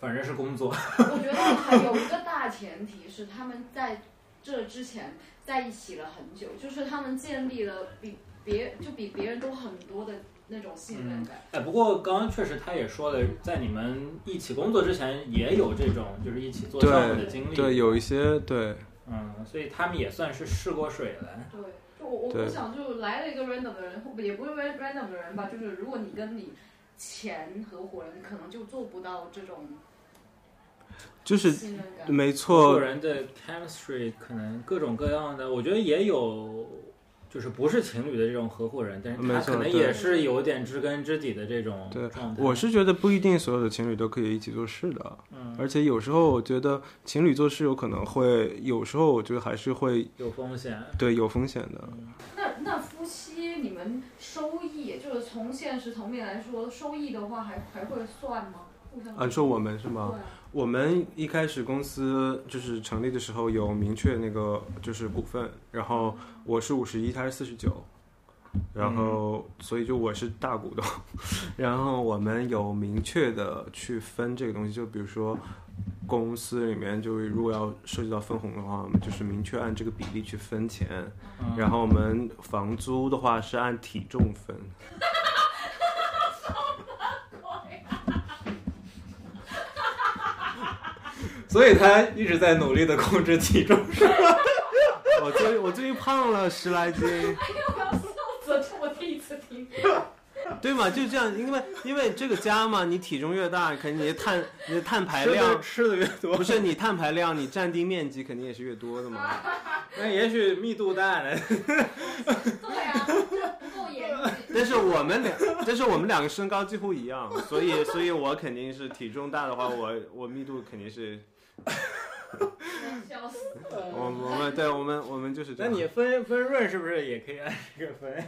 反正是工作，
我觉得还有一个大前提是他们在这之前在一起了很久，就是他们建立了比别就比别人多很多的那种信任感。
哎，不过刚刚确实他也说了，在你们一起工作之前也有这种就是一起做
对
项目的经历，
对，有一些对。
嗯，所以他们也算是试过水了，
对，就我我
对
我想就来了一个 random 的人，也不是 ra- random 的人吧，就是如果你跟你前合伙人可能就做不到这种
就是
信任感。
没
做
错，
人的 chemistry 可能各种各样的，我觉得也有。就是不是情侣的这种合伙人，但是他
没错
可能
对
也是有点知根知底的这种
对
状态。
我是觉得不一定所有的情侣都可以一起做事的，
嗯，
而且有时候我觉得情侣做事有可能会，有时候我觉得还是会
有风险。
对有风险的。
那那夫妻你们收益，就是从现实层面来说，收益的话还还会算吗？互相
啊，你说我们是吗？
对
我们一开始公司就是成立的时候有明确那个就是股份，然后 我是五十一，他是四十九，然后所以就我是大股东， 然后我们有明确的去分这个东西，就比如说公司里面就是如果要涉及到分红的话，我们就是明确按这个比例去分钱，
嗯、
然后我们房租的话是按体重分，
所以他一直在努力的控制体重。
我最我最近胖了十来斤。
这是我第一次听。
对嘛，就这样，因为因为这个家嘛，你体重越大，肯定你的碳你的碳排量
吃的越多
不，是你碳排量，你占地面积肯定也是越多的嘛。
那也许密度大 呢。
对呀、这不够严谨。
但是我们两，但是我们两个身高几乎一样，所以 所以我肯定是体重大的话，我我密度肯定是
笑死！
我我们对我们我们就是这
呃那
样。
你分分润是不是也可以按这个分？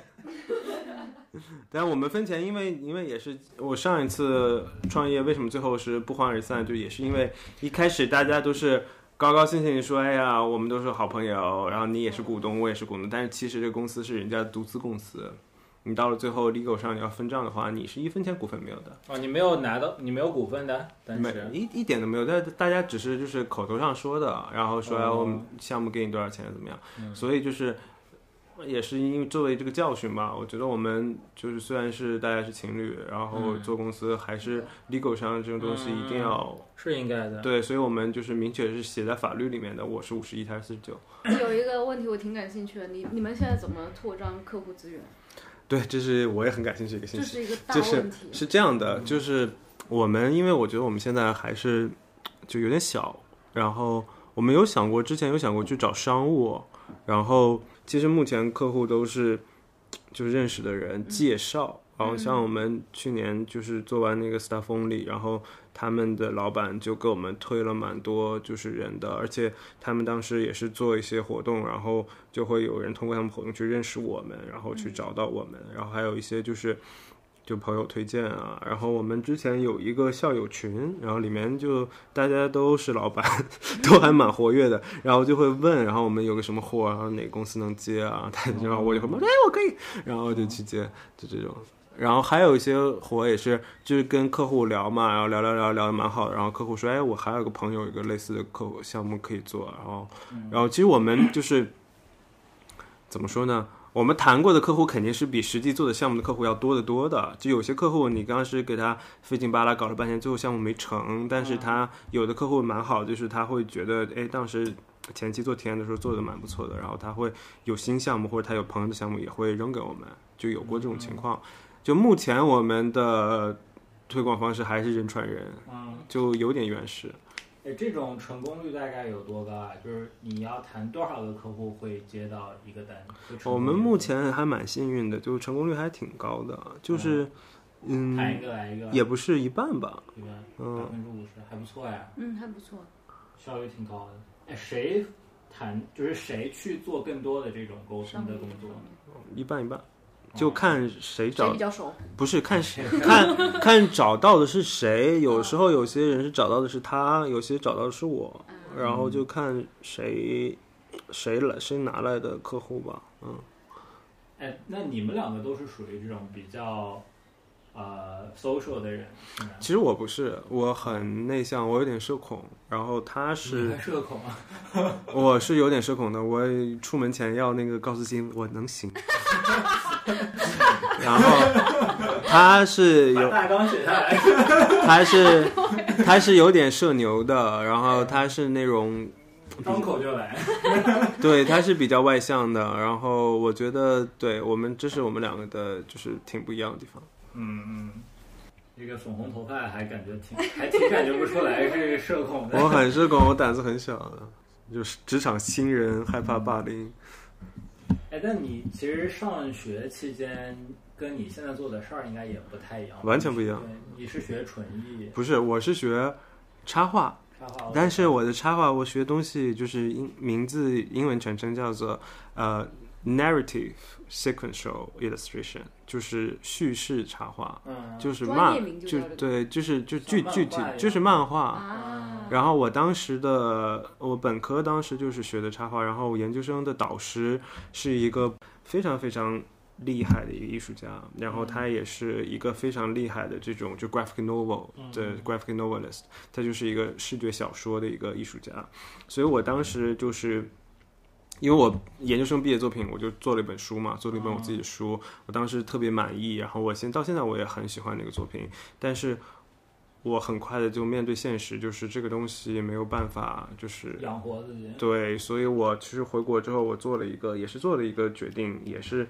但我们分钱，因为因为也是我上一次创业，为什么最后是不欢而散，就也是因为一开始大家都是高高兴兴地说，哎呀，我们都是好朋友，然后你也是股东，我也是股东，但是其实这个公司是人家独资公司，你到了最后 legal 上你要分账的话，你是一分钱股份没有的，
哦，你没有拿到，你没有股份的，但
没
是
一一点都没有，但大家只是就是口头上说的，然后说、
哦
哎我们项目给你多少钱怎么样，
嗯
所以就是。也是因为作为这个教训吧，我觉得我们就是虽然是大家是情侣，然后
嗯
做公司还是 legal 上这种东西一定要、
是应该的。
对，所以我们就是明确是写在法律里面的，我是五十一，他是四十九。
有一个问题我挺感兴趣的，你你们现在怎么拓张客户资源？
对，这是我也很感兴趣的一个信
这
息。
是一个大
就是
问题。
是这样的，就是我们因为我觉得我们现在还是就有点小，然后我们有想过之前有想过去找商务，然后其实目前客户都是就是认识的人介绍，然后像我们去年就是做完那个 staff only，然后他们的老板就给我们推了蛮多就是人的，而且他们当时也是做一些活动，然后就会有人通过他们活动去认识我们，然后去找到我们，然后还有一些就是。就朋友推荐啊。然后我们之前有一个校友群，然后里面就大家都是老板， 都还蛮活跃的。然后就会问，然后我们有个什么活，然后哪个公司能接啊？ 他然后我就会说，哎，我可以，然后就去接，就这种。然后还有一些活也是，就是跟客户聊嘛，然后聊聊聊聊得蛮好的。然后客户说，哎，我还有个朋友有个类似的客户项目可以做。啊然后，然后其实我们就是怎么说呢？我们谈过的客户肯定是比实际做的项目的客户要多得多的。就有些客户，你刚刚是给他费劲巴拉搞了半天，最后项目没成，但是他有的客户蛮好，就是他会觉得，哎，当时前期做体验的时候做的蛮不错的，然后他会有新项目或者他有朋友的项目也会扔给我们，就有过这种情况。就目前我们的推广方式还是人传人，
嗯，
就有点原始。
哎，这种成功率大概有多高啊？就是你要谈多少个客户会接到一个单？就成功率
我们目前还蛮幸运的，就成功率还挺高的，
嗯
就是
谈
嗯
一，个来一个，
也不是一半吧。
对吧？
嗯
百分之五十还不错呀，
嗯，还不错。
效率挺高的。哎，谁谈就是谁去做更多的这种沟通的工作？嗯
一半一半，就看谁
谁
找
比，较熟？
不是看谁看看找到的是谁。有时候有些人是找到的是他，有些找到的是我，
嗯
然后就看谁谁来谁拿来的客户吧。嗯，
哎，那你们两个都是属于这种比较呃 social 的人，是吗？
其实我不是，我很内向，我有点社恐。然后他
你
是
还，社恐啊？
我是有点社恐的。我出门前要那个告诉自己我能行。 然后他是有
把大纲写下来。
他是他是有点社牛的，然后他是那种
张口就来，
对他是比较外向的，然后我觉得对我们这是我们两个的就是挺不一样的地方。
嗯嗯，这个粉红头发还感觉挺，还挺感觉不出来是社恐的。
我很社恐，我胆子很小的，就是职场新人害怕霸凌。
哎，但你其实上学期间跟你现在做的事儿应该也不太一样，
完全不一样
对。你是学纯艺
不是，我是学插画，
插画，
但是我的插画，我学东西就是英名字英文全称叫做呃 narrative sequential illustration，就是叙事插画，
嗯，
就是
专
漫
业名就
就
叫这个
对，就是就
像
具
漫
具
画
体
一样
就是漫画。
嗯
啊，
然后我当时的呃我本科当时就是学的插画，然后我研究生的导师是一个非常非常厉害的一个艺术家，然后他也是一个非常厉害的这种就 graphic novel 的 graphic novelist，他就是一个视觉小说的一个艺术家，所以我当时就是。因为我研究生毕业作品，我就做了一本书嘛，做了一本我自己的书，我当时特别满意，然后我现到现在我也很喜欢那个作品，但是我很快的就面对现实，就是这个东西没有办法，就是
养活自己。
对，所以我其实回国之后，我做了一个，也是做了一个决定，也是，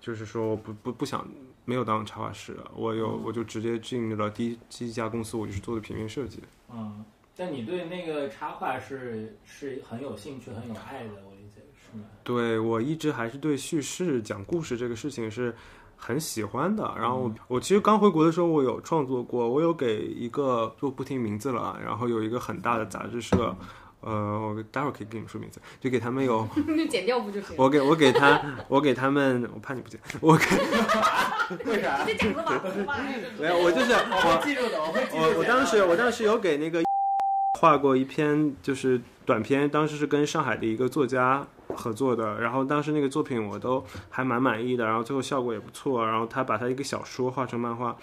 就是说我不不不想没有当插画师了，我有我就直接进入了第一第一家公司，我就是做的平面设计。
嗯，但你对那个插画是是很有兴趣、很有爱的，我理解是吗？
对我一直还是对叙事、讲故事这个事情是很喜欢的。然后我,、我其实刚回国的时候，我有创作过，我有给一个就不提名字了啊，然后有一个很大的杂志社，呃，我待会儿可以跟你们说名字，就给他们有
那剪掉不就行？
我给我给他，我给他们，我怕你不见，我给
为啥？
这讲个吧，好吧？
没有，我就是我
记住的， 我会记住的。
我我当时我当时有给那个 画过一篇就是短篇，当时是跟上海的一个作家合作的，然后当时那个作品我都还蛮满意的，然后最后效果也不错，然后他把他一个小说画成漫画，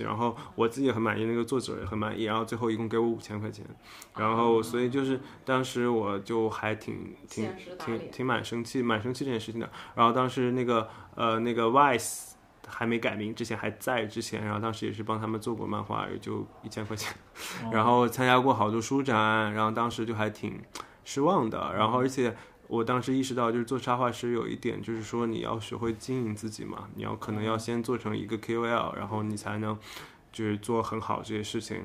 然后我自己也很满意，那个作者也很满意，然后最后一共给我五千块钱，然后所以就是当时我就还挺挺
哦现实打
挺
脸
挺蛮生气，蛮生气这件事情的。然后当时那个呃那个 Vice 还没改名之前还在之前，然后当时也是帮他们做过漫画，也就一千块钱。
哦
然后参加过好多书展，然后当时就还挺失望的。然后而且我当时意识到，就是做插画师有一点就是说你要学会经营自己嘛，你要可能要先做成一个 KOL，然后你才能就是做很好这些事情。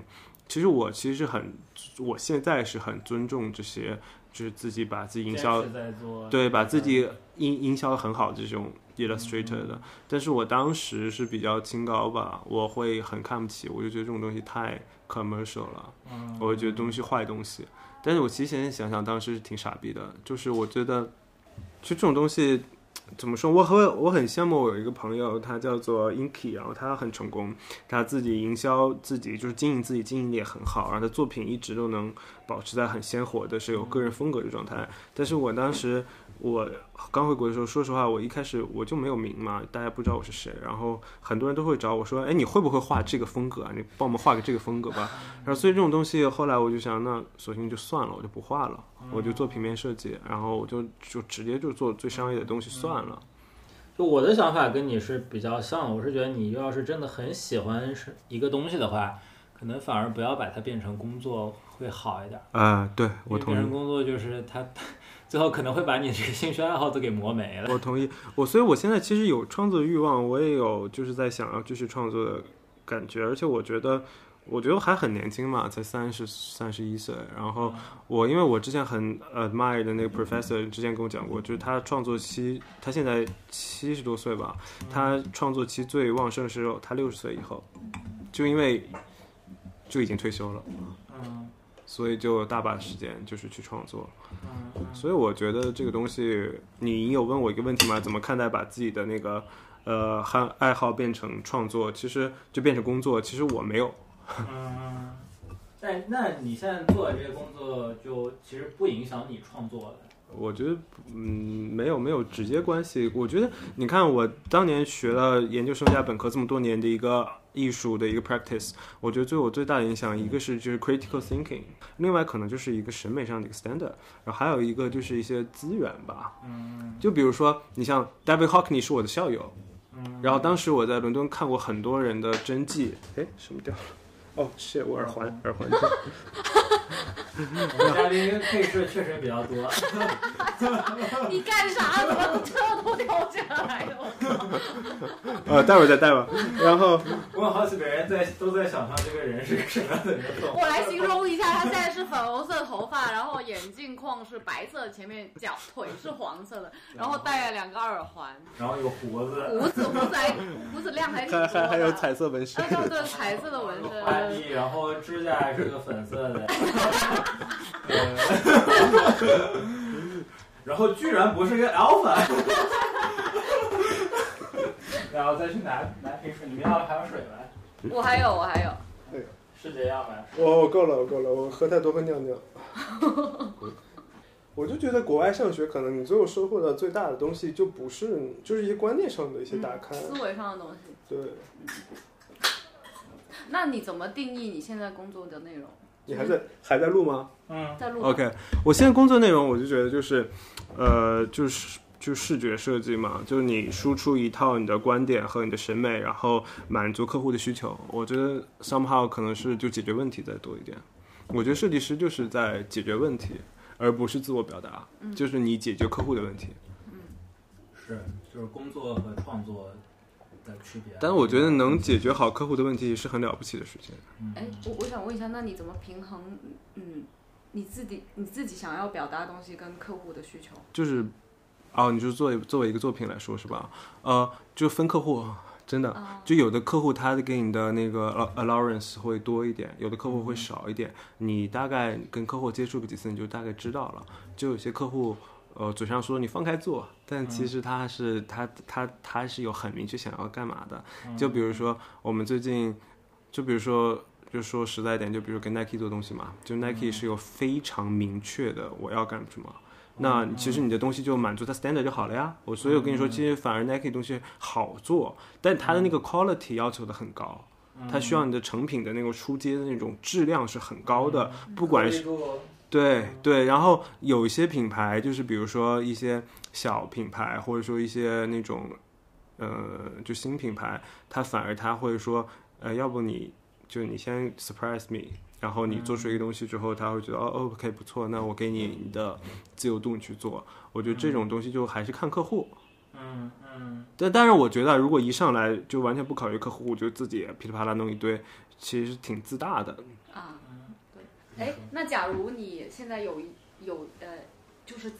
其实我其实很，我现在是很尊重这些，就是自己把自己营销
坚持在做，
对，把自己营营销的很好这种 illustrator 的，但是我当时是比较清高吧，我会很看不起，我就觉得这种东西太 commercial 了，
嗯，
我会觉得东西坏东西。但是我其实现在想想，当时是挺傻逼的，就是我觉得，就这种东西，怎么说？我很我很羡慕我有一个朋友，他叫做 Inky，然后他很成功，他自己营销自己，就是经营自己，经营的也很好，然后他作品一直都能保持在很鲜活的是有个人风格的状态。但是我当时我刚回国的时候，说实话，我一开始我就没有名嘛，大家不知道我是谁，然后很多人都会找我说，哎，你会不会画这个风格啊？你帮我们画个这个风格吧。然后所以这种东西，后来我就想，那索性就算了，我就不画了，我就做平面设计，然后我就就直接就做最商业的东西算了。
就我的想法跟你是比较像的，我是觉得你要是真的很喜欢是一个东西的话，可能反而不要把它变成工作会好一点。
啊、对我
因为
同
变成
意，
工作就是它，最后可能会把你这个兴趣爱好都给磨没了。
我同意，我所以我现在其实有创作欲望，我也有就是在想要继续创作的感觉，而且我觉得。我觉得我还很年轻嘛，才三十三十一岁。然后我因为我之前很 admire 的那个 professor 之前跟我讲过，就是他创作期，他现在七十多岁吧，他创作期最旺盛的时候，他六十岁以后，就因为就已经退休了，
嗯
所以就有大把时间就是去创作。
嗯
所以我觉得这个东西，你有问我一个问题吗？怎么看待把自己的那个呃爱爱好变成创作，其实就变成工作？其实我没有，
嗯。但那你现在做的这些工作，就其实不影响你创作的。
我觉得嗯没有没有直接关系。我觉得你看我当年学了研究生加本科这么多年的一个艺术的一个 practice，我觉得对我最大的影响，一个是就是 critical thinking，另外可能就是一个审美上的一个 standard，然后还有一个就是一些资源吧。
嗯
就比如说，你像 David Hockney 是我的校友，
嗯
然后当时我在伦敦看过很多人的真迹，哎，什么掉了？哦，是我耳环，耳环掉了。
我们嘉宾配饰确实比较多。
你干啥？怎么这都掉下来了？
呃，待会儿再戴吧。然后，
我有好几个人在都在想象这个人是个什么样的人。
我来形容一下，他现在是粉红色头发，然后眼镜框是白色，前面脚腿是黄色的，然后戴了两个耳环，
然后有胡子，
胡子胡子还胡子量还挺多
还
的，
还还有 彩色纹身
啊，。对对，彩色的纹
有花
身。
臂，然后指甲是个粉色的。呃 然后居然不是个 alpha。然后再去拿拿瓶水，你们要还有水吗？
我还有，我还有，
是这样吗？
我我够了，我够了，我喝太多会尿尿。嗯 我就觉得国外上学，可能你最后收获的最大的东西，就不是就是一些观念上的一些打开。
思维上的东西。
对，
那你怎么定义你现在工作的内容？
你还在还在录吗？
嗯
在录吗
OK，我现在工作内容我就觉得就是，呃，就是。就视觉设计嘛，就是你输出一套你的观点和你的审美，然后满足客户的需求。我觉得 somehow 可能是就解决问题再多一点。我觉得设计师就是在解决问题，而不是自我表达，就是你解决客户的问题。
是，就是工作和创作的区别。
但我觉得能解决好客户的问题是很了不起的事情。
嗯，
哎，我我想问一下，那你怎么平衡？嗯，你自己你自己想要表达的东西跟客户的需求？
就是，哦，你就作为作为一个作品来说是吧？呃，就分客户，啊真的，就有的客户他给你的那个 allow- allowance 会多一点，有的客户会少一点。你大概跟客户接触个几次，你就大概知道了。就有些客户，呃，嘴上说你放开做，但其实他是、他他他是有很明确想要干嘛的。
嗯
就比如说我们最近，就比如说。就说实在一点，就比如跟 Nike 做东西嘛，就 Nike 是有非常明确的我要干什么，那其实你的东西就满足它 standard 就好了呀。我所以我跟你说，其实反而 Nike 东西好做，但它的那个 quality 要求的很高，
嗯
它需要你的成品的那个出街的那种质量是很高的，不管是
是
对对，然后有一些品牌，就是比如说一些小品牌，或者说一些那种，呃，就新品牌，它反而它会说，呃，要不你就你先 surprise me，然后你做出一个东西之后，他会觉得哦哦，OK 不错，那我
嗯
给你你的自由度你去做。我觉得这种东西就还是看客户，
嗯嗯
但但是我觉得如果一上来就完全不考虑客户，就自己噼里啪啦弄一堆，其实挺自大的。
啊，
嗯
哎，那假如你现在有一有呃，就是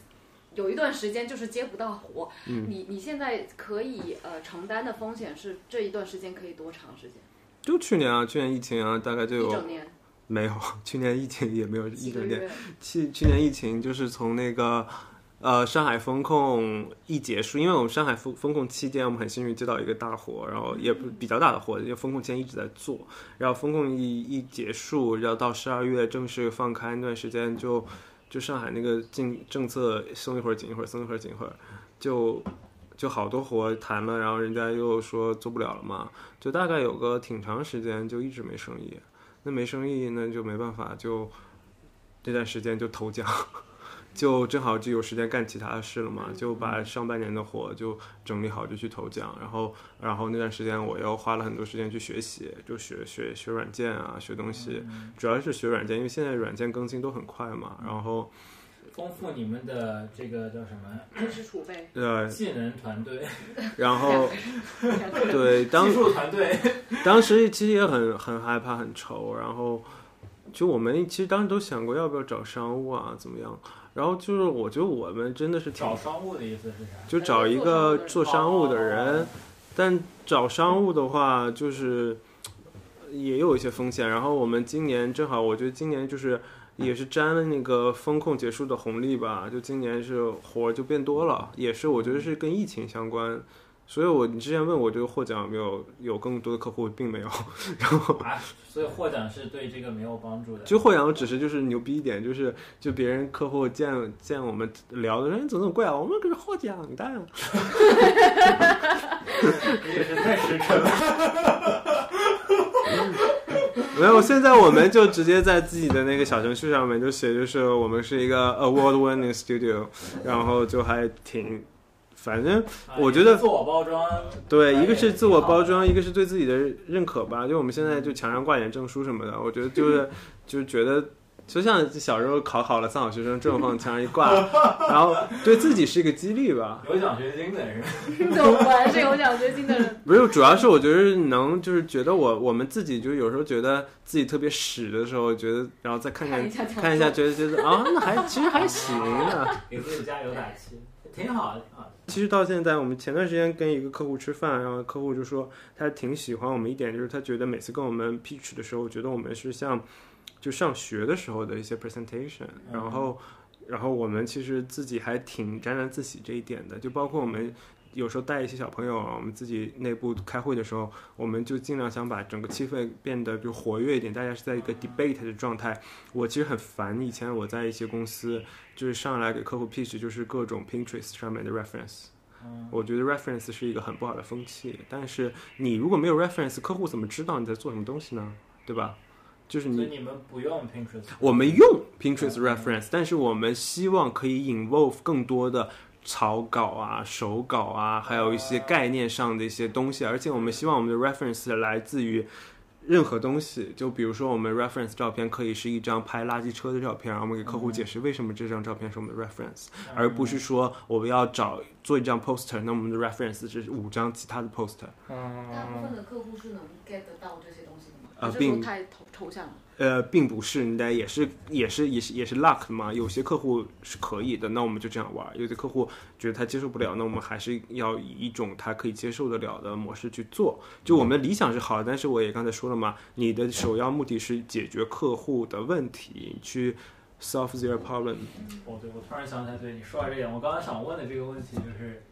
有一段时间就是接不到活，
嗯
你你现在可以呃承担的风险是这一段时间可以多长时间？
就去年啊，去年疫情啊，大概就
一
有
整年，
没有，去年疫情也没有一
几
整
个
年。
月？
去去年疫情就是从那个，呃上海风控一结束，因为我们上海风风控期间，我们很幸运接到一个大活，然后也不比较大的活，因为风控期间一直在做，然后风控一一结束，然后到十二月正式放开那段时间就，就上海那个政政策松一会儿紧一会儿，松一会儿紧一会儿，就就好多活谈了，然后人家又说做不了了嘛，就大概有个挺长时间就一直没生意，那没生意那就没办法，就这段时间就投奖。 就正好就有时间干其他的事了嘛，就把上半年的活就整理好，就去投奖。然后，然后那段时间我又花了很多时间去学习，就学学学软件啊，学东
嗯
西，主要是学软件，因为现在软件更新都很快嘛。然后，
丰富你们的这个叫什么
知识储备。
呃，
技能团队、
然后 对当
技术团队，
当时其实也很很害怕、很愁，然后就我们其实当时都想过要不要找商务啊，怎么样。然后就是我觉得我们真的是挺
找商务的意思是啥？
就找一个做商务的人，但找商务的话就是呃也有一些风险。然后我们今年正好，我觉得今年就是也是沾了那个风控结束的红利吧，就今年是活儿就变多了，也是我觉得是跟疫情相关。所以我你之前问我这个获奖有没有有更多的客户，并没有。 然后
啊，所以获奖是对这个没有帮助的。
就获奖只是就是牛逼一点，就是就别人客户见见我们聊的，哎，怎么怎么贵啊？我们可是获奖的。
你也是太实诚了。
没有，现在我们就直接在自己的那个小程序上面就写，就是我们是一个 award winning studio，然后就还挺，反正
啊
我觉得
也是自我包装，
对，
哎
一个是自我包装，一个是对自己的认可吧。就我们现在就墙上挂点证书什么的，我觉得就是就觉得。就像小时候考好了三好学生证放墙上一挂，然后对自己是一个激励吧。
有奖学金的人，
对，我还是有奖学金的人。
不是，主要是我觉得能就是觉得我我们自己就有时候觉得自己特别屎的时候，觉得然后再看看
看一下墙
看一下，觉得觉得啊，那还其实还 行啊。
给自己加油打气，挺好的啊。
其实到现在，我们前段时间跟一个客户吃饭，然后客户就说他挺喜欢我们一点，就是他觉得每次跟我们 pitch 的时候，觉得我们是像就上学的时候的一些 presentation，
嗯
然后然后我们其实自己还挺沾沾自喜这一点的，就包括我们。有时候带一些小朋友，我们自己内部开会的时候，我们就尽量想把整个气氛变得就活跃一点，大家是在一个 debate 的状态。我其实很烦，以前我在一些公司，就是上来给客户 pitch 就是各种 Pinterest 上面的 reference，
嗯，
我觉得 reference 是一个很不好的风气，但是你如果没有 reference，客户怎么知道你在做什么东西呢？对吧？就是
所以
你
你们不用 Pinterest，
我们用 Pinterest reference，但是我们希望可以 involve 更多的草稿啊、手稿啊，还有一些概念上的一些东西，而且我们希望我们的 reference 来自于。任何东西，就比如说我们 reference 照片可以是一张拍垃圾车的照片，然后我们给客户解释为什么这张照片是我们的 reference。而不是说我们要找做一张 poster，那我们的 reference 是五张其他的 poster，
大部
嗯，
分的客户是能 get 得到这些东西的吗？
呃，
这
并
太抽抽象了。
呃并不是，那也是也是也是也是 luck 的嘛，有些客户是可以的，那我们就这样玩儿；有些客户觉得他接受不了，那我们还是要以一种他可以接受得了的模式去做。就我们的理想是好的，但是我也刚才说了嘛，你的首要目的是解决客户的问题，去 solve their problem。
哦，对，我突然想起来，对你说到这点，我刚刚想问的这个问题就是，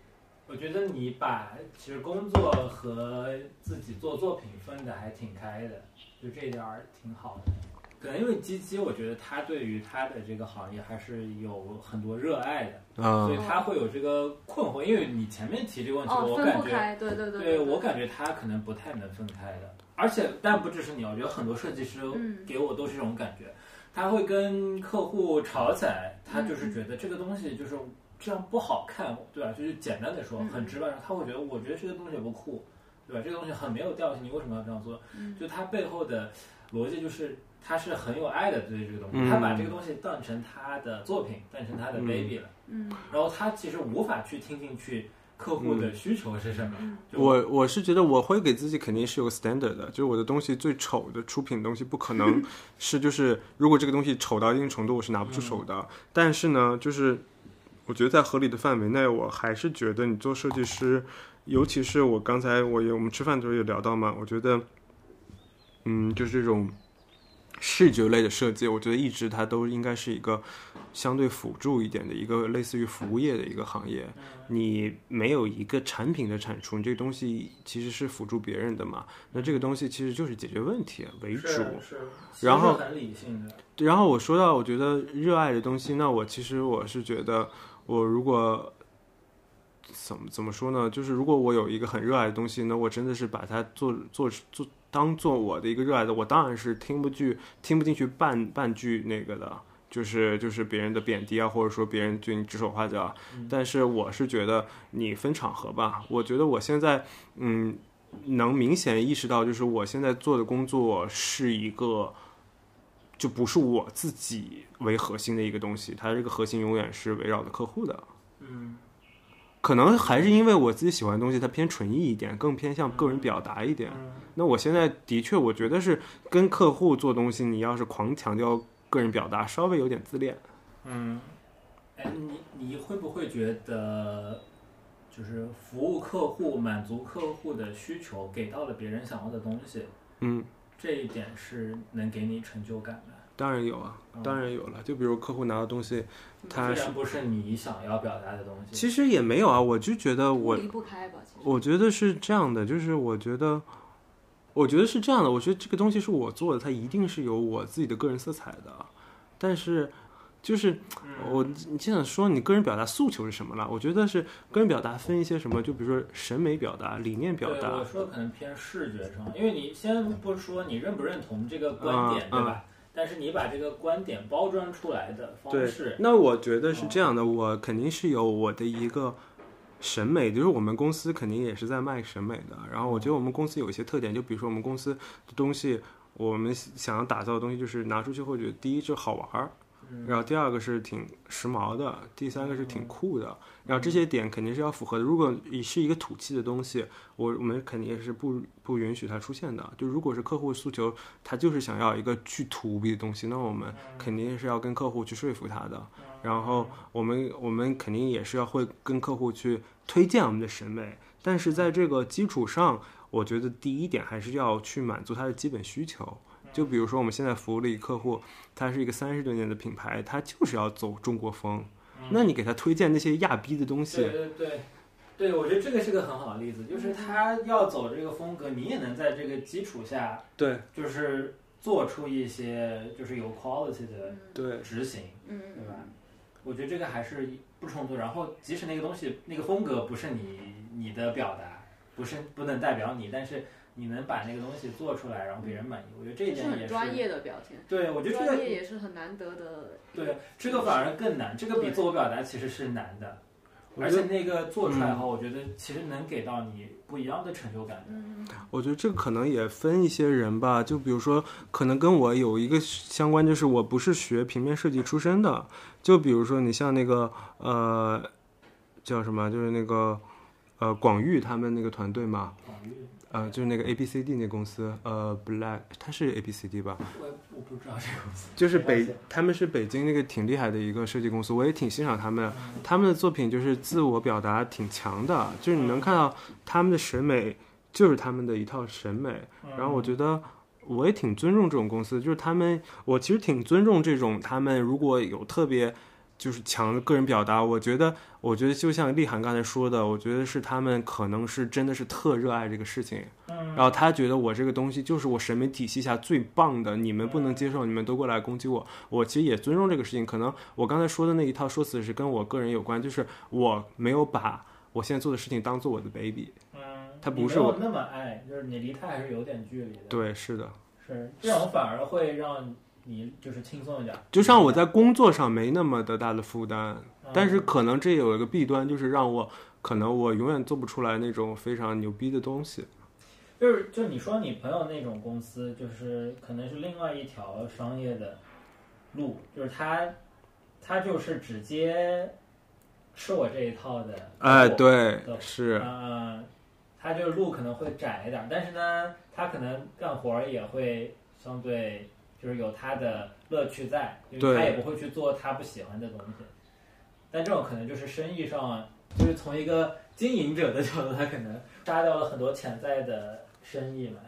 我觉得你把其实工作和自己做作品分的还挺开的，就这一点儿挺好的。可能因为鸡鸡，我觉得他对于他的这个行业还是有很多热爱的，
啊、
所以他会有这个困惑。因为你前面提这个问题，
哦，
我
分
感
不
觉
开，对对对
对我感觉他可能不太能分开的。而且，但不只是你，我觉得很多设计师
嗯
给我都是这种感觉，他会跟客户吵起来，他就是
嗯
觉得这个东西就是这样不好看，对吧？就是简单的说，
嗯
很直白地说，他会觉得我觉得这个东西不酷，对吧？这个东西很没有调性，你为什么要这样做？
嗯
就他背后的逻辑就是。他是很有爱的对这个东西，
嗯
他把这个东西当成他的作品，当成他的
嗯
baby 了。
嗯
然后他其实无法去听进去客户的需求是什么。
嗯
就
我我是觉得我会给自己肯定是有个 standard 的，就是我的东西最丑的出品的东西不可能是就是如果这个东西丑到一定程度我是拿不出手的，但是呢，就是我觉得在合理的范围内，我还是觉得你做设计师，尤其是我刚才我也我们吃饭的时候也聊到嘛，我觉得，嗯，就是这种视觉类的设计，我觉得一直它都应该是一个相对辅助一点的一个类似于服务业的一个行业。你没有一个产品的产出，你这个东西其实是辅助别人的嘛。那这个东西其实就是解决问题啊为主。
是，
然后
其实很理性的，
然后我说到我觉得热爱的东西，那我其实我是觉得，我如果怎么怎么说呢？就是如果我有一个很热爱的东西，那我真的是把它做做做当做我的一个热爱的，我当然是听不去听不进去半半句那个的，就是就是别人的贬低啊，或者说别人对你指手画脚啊。但是我是觉得你分场合吧，我觉得我现在嗯能明显意识到，就是我现在做的工作是一个。就不是我自己为核心的一个东西，它这个核心永远是围绕着客户的。
嗯，
可能还是因为我自己喜欢的东西，它偏纯艺一点，更偏向个人表达一点。那我现在的确，我觉得是跟客户做东西，你要是狂强调个人表达，稍微有点自恋。
嗯，哎，你你会不会觉得，就是服务客户、满足客户的需求，给到了别人想要的东西，
嗯，
这一点是能给你成就感的？
当然有啊，当然有了。就比如客户拿到东西，他
虽
是
然不是你想要表达的东西，
其实也没有啊，我就觉得我
离不开吧，其实。
我觉得是这样的，就是我觉得，我觉得是这样的，我觉得这个东西是我做的，它一定是有我自己的个人色彩的。但是，就是
嗯
我你现在说你个人表达诉求是什么了？我觉得是个人表达分一些什么，就比如说审美表达、理念表
对，我
达，
说可能偏视觉上，因为你先不说你认不认同这个观点，
嗯
对吧？但是你把这个观点包装出来的方
对
式，，
那我觉得是这样的，我肯定是有我的一个审美，就是我们公司肯定也是在卖审美的。然后我觉得我们公司有一些特点，就比如说我们公司的东西，我们想要打造的东西，就是拿出去会觉得第一就好玩儿，
嗯
然后第二个是挺时髦的，第三个是挺酷的。
嗯
然后这些点肯定是要符合的。如果你是一个土气的东西，我我们肯定也是不不允许它出现的。就如果是客户诉求，他就是想要一个巨土无比的东西，那我们肯定是要跟客户去说服他的。然后我们我们肯定也是要会跟客户去推荐我们的审美，但是在这个基础上，我觉得第一点还是要去满足他的基本需求。就比如说我们现在服务了一个客户，他是一个三十多年的品牌，他就是要走中国风。那你给他推荐那些亚逼的东
对
西，
对对，对我觉得这个是个很好的例子，就是他要走这个风格，你也能在这个基础下，
对
就是做出一些就是有 quality 的
对
执行，对
嗯，
吧？我觉得这个还是不冲突。然后，即使那个东西、那个风格不是你你的表达，不是不能代表你，但是你能把那个东西做出来，然后别人满意，我觉得这一
这是
点也
很
是。
专业的表现，
对，我觉得这
专业
个
也是很难得的。
对这个反而更难，这个比
对
自我表达其实是难的。
我
而
觉得
且那个做出
嗯
来后，我觉得其实能给到你不一样的成就感的。
嗯，
我觉得这个可能也分一些人吧，就比如说，可能跟我有一个相关，就是我不是学平面设计出身的，就比如说你像那个呃，叫什么，就是那个呃广域他们那个团队嘛，
广域，
呃，就是那个 A B C D 那公司，呃，Black，它是 A B C D 吧？
我我不知道这个公司。
就是北
了解，
他们是北京那个挺厉害的一个设计公司，我也挺欣赏他们。他们的作品就是自我表达挺强的，就是你能看到他们的审美，就是他们的一套审美。然后我觉得我也挺尊重这种公司，就是他们，我其实挺尊重这种他们如果有特别就是强的个人表达，我觉得，我觉得就像丽涵刚才说的，我觉得是他们可能是真的是特热爱这个事情，
嗯
然后他觉得我这个东西就是我审美体系下最棒的，你们不能接受，你们都过来攻击我，我其实也尊重这个事情。可能我刚才说的那一套说辞是跟我个人有关，就是我没有把我现在做的事情当做我的 baby。
嗯，
它不
你
是
没有
我
那么爱，就是你离他还是有点距离的。
对，是的。
是这种反而会让你就是轻松一点。
就像我在工作上没那么的大的负担，
嗯，
但是可能这有一个弊端，就是让我可能我永远做不出来那种非常牛逼的东西。
就是就你说你朋友那种公司，就是可能是另外一条商业的路，就是他他就是直接吃我这一套的。
哎，对
对，
是，
嗯、他就是路可能会窄一点，但是呢，他可能干活儿也会相对就是有他的乐趣在，就是
对
他也不会去做他不喜欢的东西。但这种可能就是生意上，就是从一个经营者的角度，他可能杀掉了很多潜在的生意嘛。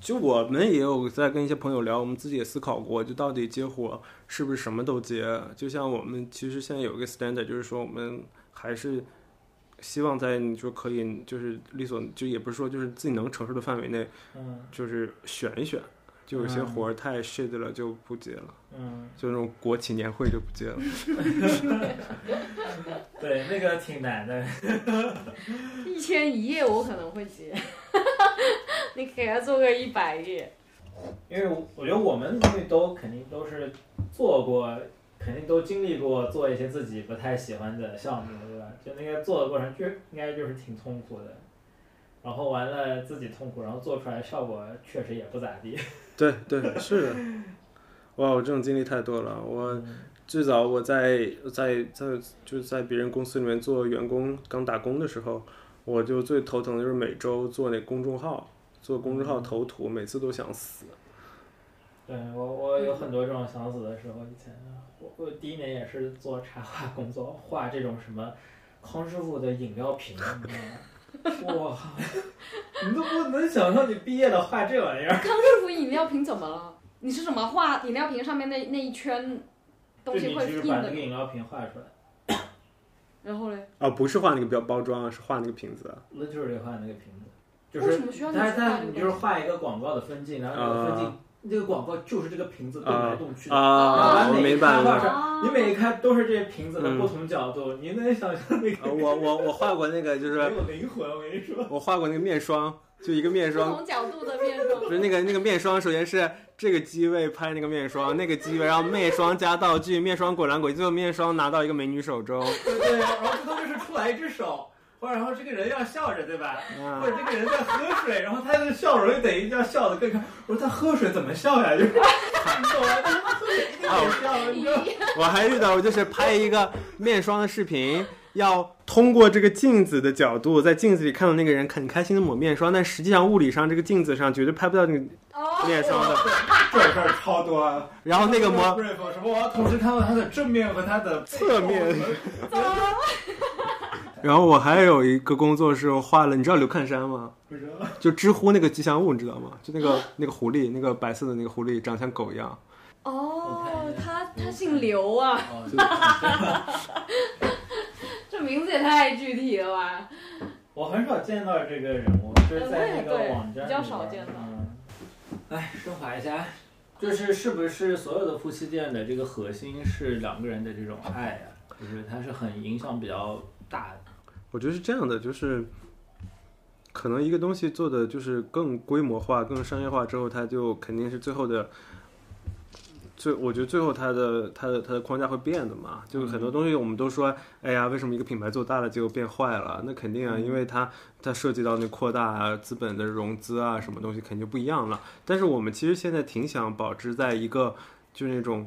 就我们也有在跟一些朋友聊，我们自己也思考过，就到底接活是不是什么都接？就像我们其实现在有一个 standard，就是说我们还是希望在你说可以，就是力所就也不是说就是自己能承受的范围内，
嗯
就是选一选。就有些
嗯
活儿太 shit 了，就不接了，
嗯，
就那种国企年会就不接了。
对，那个挺难的。
一千一夜我可能会 接，你给他做个一百页。
因为我觉得我们因为都肯定都是做过，肯定都经历过做一些自己不太喜欢的项目，对吧？就那个做的过程，就应该就是挺痛苦的。然后完了自己痛苦，然后做出来效果确实也不咋地。
对对，是的。哇，我这种经历太多了。我最早我在呃在在就是在别人公司里面做员工刚打工的时候，我就最头疼的就是每周做那公众号，做公众号投图，每次都想死。
对我，我有很多这种想死的时候。以前我我第一年也是做插画工作，画这种什么康师傅的饮料瓶，你知道吗？哇， 你都不能想象你毕业了画这玩意儿。
康师傅饮料瓶怎么了？你是什么画饮料瓶上面那那一圈东西
就
会
你只
印
是把那
的
个？饮料瓶画出来，
然后嘞，
啊，不是画那个标包装啊，是画那个瓶子啊。
literally 画那个瓶子，就
为
是
什么需要你
但
去
是
画
但是
这个
你
东
就是
西？
画一个广告的分镜，然后那个分镜、那个广告就是这个瓶子动来动去的。
啊，
完
我
美
明白
插画
了。
上
哦
你每一看都是这瓶子的
嗯
不同角度，你能想象那
啊
个
我我我画过那个，就
没
是
有灵魂？我跟你说，
我画过那个面霜，就一个面
不
霜
同角度的面霜
不。是那个那个面霜，首先是这个机位拍那个面霜，那个机位，然后面霜加道具，面霜滚来滚去，最后面霜拿到一个美女手中。
对对，然后最后就是出来一只手。或者然后这个人要笑着，对吧？
啊
或，者这个人在喝水，然后他的笑容又等于要笑的更开。我说他喝水怎么笑 呀？就是，你懂吗？就是他喝水一定得笑，你知道吗？
我还遇到过，就是拍一个面霜的视频，要通过这个镜子的角度，在镜子里看到那个人很开心的抹面霜，但实际上物理上这个镜子上绝对拍不到那个
哦，
面霜的。
这种事儿超多啊。
然后那个
模
抹，
brief 什么，我要同时看到它的正面和它的背后
侧面。
嗯
然后我还有一个工作是我画了，你知道刘看山吗？
不知道，
就知乎那个吉祥物，你知道吗？就那个那个狐狸，那个白色的那个狐狸，长得像狗一样。
哦，
嗯
他他姓刘啊，这名字也太具体了吧？
我很少见到这个人物，就是在那
我也
个
对
网站
比较少见到
到。哎，升华一下，就是是不是所有的夫妻店的这个核心是两个人的这种爱呀、就是它是很影响比较大的。
我觉得是这样的，就是可能一个东西做的就是更规模化、更商业化之后，它就肯定是最后的。最我觉得最后它的它的它的框架会变的嘛，就是很多东西我们都说，哎呀，为什么一个品牌做大了结果变坏了？那肯定啊，因为它它涉及到那扩大啊资本的融资啊，什么东西肯定就不一样了。但是我们其实现在挺想保持在一个就是那种，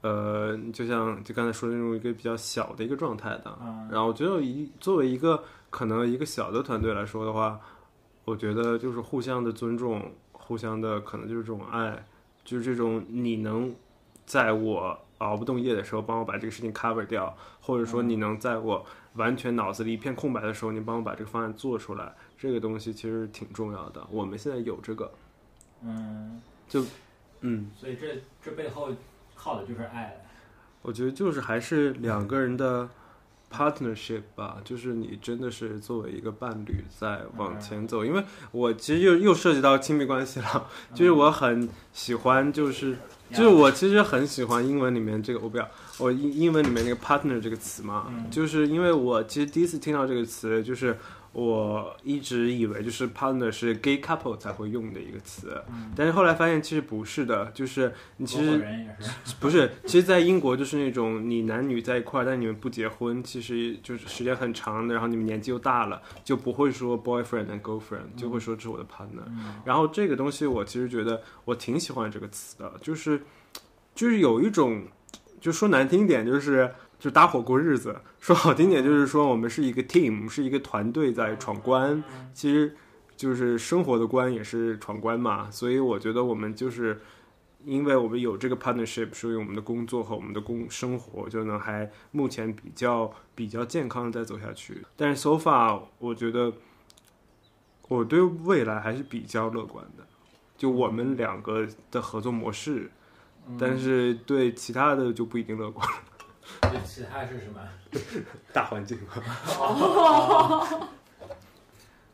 呃，就像就刚才说的那种一个比较小的一个状态的，
嗯，
然后我觉得一作为一个可能一个小的团队来说的话，我觉得就是互相的尊重，互相的可能就是这种爱，就是这种你能在我熬不动夜的时候帮我把这个事情 cover 掉，或者说你能在我完全脑子里一片空白的时候，你帮我把这个方案做出来，这个东西其实挺重要的。我们现在有这个，
嗯，
嗯，
所以这这背后靠的就是爱了。
我觉得就是还是两个人的 partnership 吧，就是你真的是作为一个伴侣在
嗯
往前走，因为我其实又又涉及到亲密关系了，
嗯
就是我很喜欢，就是就是我其实很喜欢英文里面这个，我不要我英英文里面那个 partner 这个词嘛，
嗯
就是因为我其实第一次听到这个词，就是我一直以为就是 partner 是 gay couple 才会用的一个词，
嗯
但是后来发现其实不是的，就是你其
合伙
实
人也是，
不是，其实，在英国就是那种你男女在一块儿，但你们不结婚，其实就是时间很长的，然后你们年纪又大了，就不会说 boyfriend and girlfriend，就会说这是我的 partner。
嗯
然后这个东西，我其实觉得我挺喜欢这个词的，就是就是有一种，就说难听一点，就是就搭伙过日子；说好听点，就是说我们是一个 team，是一个团队在闯关。其实就是生活的关也是闯关嘛，所以我觉得我们就是。因为我们有这个 partnership，所以我们的工作和我们的工生活就能还目前比较比较健康的再走下去。但是 so far，我觉得我对未来还是比较乐观的。就我们两个的合作模式，但是对其他的就不一定乐观。
这其他是什么？
大环境吧，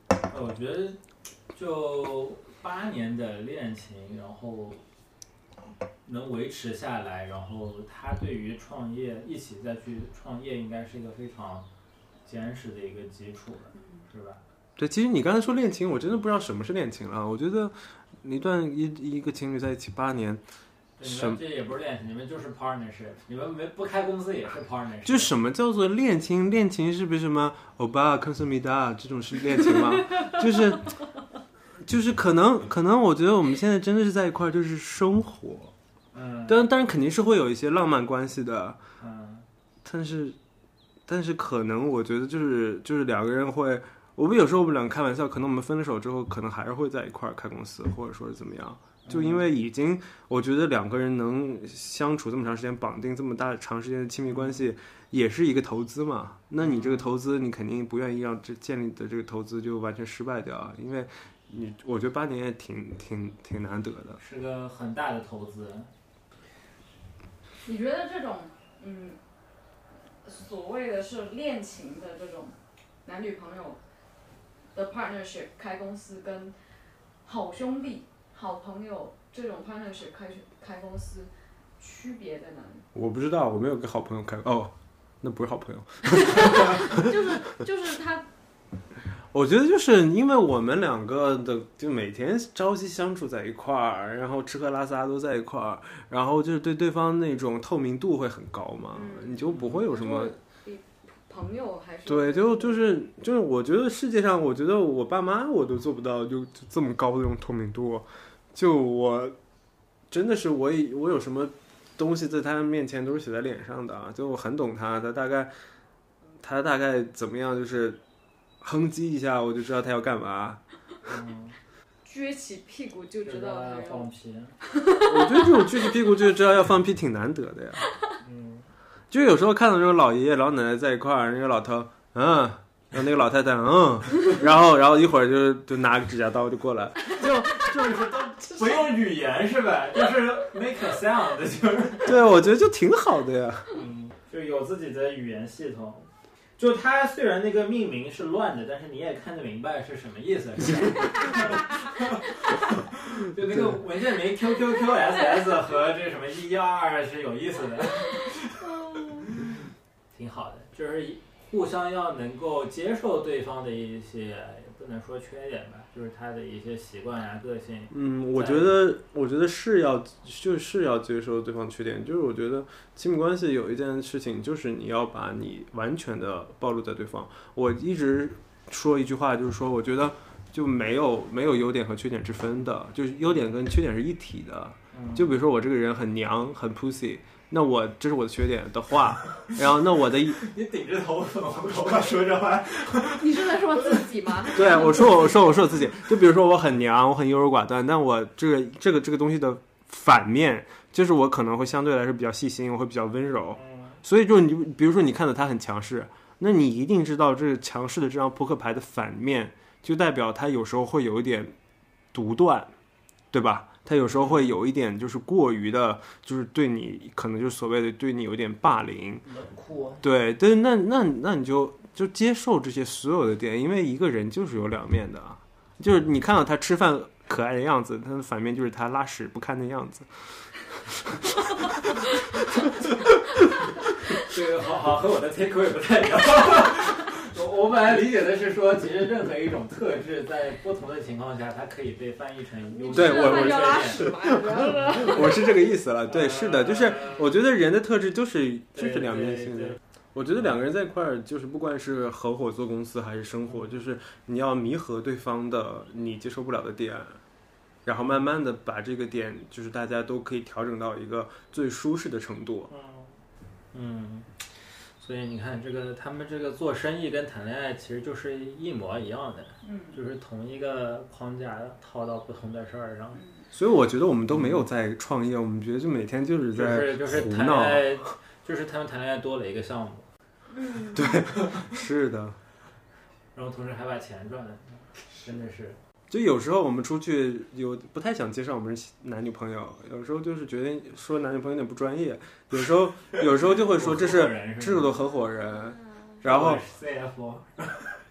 呃我觉得就八年的恋情，然后能维持下来，然后他对于创业一起再去创业，应该是一个非常坚实的一个基础了，
嗯
是吧？
对，其实你刚才说恋情，我真的不知道什么是恋情了。我觉得一段一一个情侣在一起八年，
对你
什么
们这也不是恋情，你们就是 partnership，你们没不开公司也是 partnership，
就什么叫做恋情？恋情是不是什么欧巴、康斯米达这种是恋情吗？就是就是可能可能，我觉得我们现在真的是在一块儿，就是生活。
嗯
当然当然肯定是会有一些浪漫关系的，
嗯
但是但是可能我觉得就是就是两个人会。我们有时候我们两个开玩笑，可能我们分了手之后，可能还是会在一块儿开公司，或者说是怎么样，就因为已经，我觉得两个人能相处这么长时间，绑定这么大长时间的亲密关系，也是一个投资嘛。那你这个投资，你肯定不愿意让这建立的这个投资就完全失败掉啊，因为你我觉得八年也挺挺挺难得的。
嗯是个很大的投 资，
你觉得这种嗯，所谓的是恋情的这种男女朋友的 partnership 开公司跟好兄弟、好朋友这种 partnership 开开公司区别在哪里？
我不知道，我没有跟好朋友开哦，那不是好朋友。
就是就是他
我觉得就是因为我们两个的就每天朝夕相处在一块儿，然后吃喝拉撒都在一块儿，然后就是对对方那种透明度会很高嘛，
嗯
你就不会有什么
比朋友还是
对，就就是就是我觉得世界上，我觉得我爸妈我都做不到就就这么高的这种透明度，就我真的是我也我有什么东西在他面前都是写在脸上的啊，就我很懂他，他大概他大概怎么样就是哼唧一下我就知道他要干嘛。
嗯，
撅起屁股就是知道哎他
个
要
放屁，
我觉得这种撅起屁股就知道要放屁挺难得的呀。
嗯，
就有时候看到这种老爷爷老奶奶在一块儿，那个老头嗯，然后那个老太太嗯，然后然后一会儿就就拿个指甲刀就过来，
不用语言是吧？就是 make a sound 就是。
对我觉得就挺好的呀。
嗯，就有自己的语言系统。就它虽然那个命名是乱的，但是你也看得明白是什么意思，是吧？ 就那个文件名 QQQSS 和这什么一幺二是有意思的，挺好的，就是互相要能够接受对方的一些，也不能说缺点吧，就是他的一些习惯啊、个性。
嗯，我觉得我觉得是要就是要接受对方缺点，就是我觉得亲密关系有一件事情就是你要把你完全的暴露在对方。我一直说一句话，就是说我觉得就没有没有优点和缺点之分的，就是优点跟缺点是一体的。
嗯，
就比如说我这个人很娘，很 pussy，那我这是我的缺点的话，然后那我的
你顶着 头粉红头发说这话，
你是在说自己吗？
对我说我说我说我自己，就比如说我很娘，我很优柔寡断，但我这个这个这个东西的反面就是我可能会相对来说比较细心，我会比较温柔，
嗯，
所以就你比如说你看到他很强势，那你一定知道这个强势的这张扑克牌的反面就代表他有时候会有一点独断，对吧？他有时候会有一点就是过于的，就是对你可能就是所谓的对你有点霸凌，
冷酷，啊
对，但是那那那你就就接受这些所有的点，因为一个人就是有两面的啊，就是你看到他吃饭可爱的样子，他的反面就是他拉屎不堪的样子。
这个好好和我的 take away 不太一样。 我我本来理解的是说，其实任何一种特质在不同的情况下，它可以被翻译成优
对
点
我
和
我
缺
要拉
点。
屎吗？你不要了
我是这个意思了，对，是的，
嗯
就是我觉得人的特质就是就是两面性
对
的
对。
我觉得两个人在一块儿，就是不管是合伙做公司还是生活，就是你要弥合对方的你接受不了的点，然后慢慢的把这个点，就是大家都可以调整到一个最舒适的程度。
嗯，所以你看，这个他们这个做生意跟谈恋爱其实就是一模一样的，
嗯，
就是同一个框架套到不同的事儿上，
所以我觉得我们都没有在创业，我们觉得就每天就是
嗯就
在
是就是
胡
谈恋
闹。
爱，就是他们谈恋爱多了一个项目，
嗯，
是的，
然后同时还把钱赚了，真的是。
就有时候我们出去有不太想介绍我们是男女朋友，有时候就是觉得说男女朋友有点不专业，有时 候有时候就会说这是这是我的合伙
嗯
人，然后
CFO 。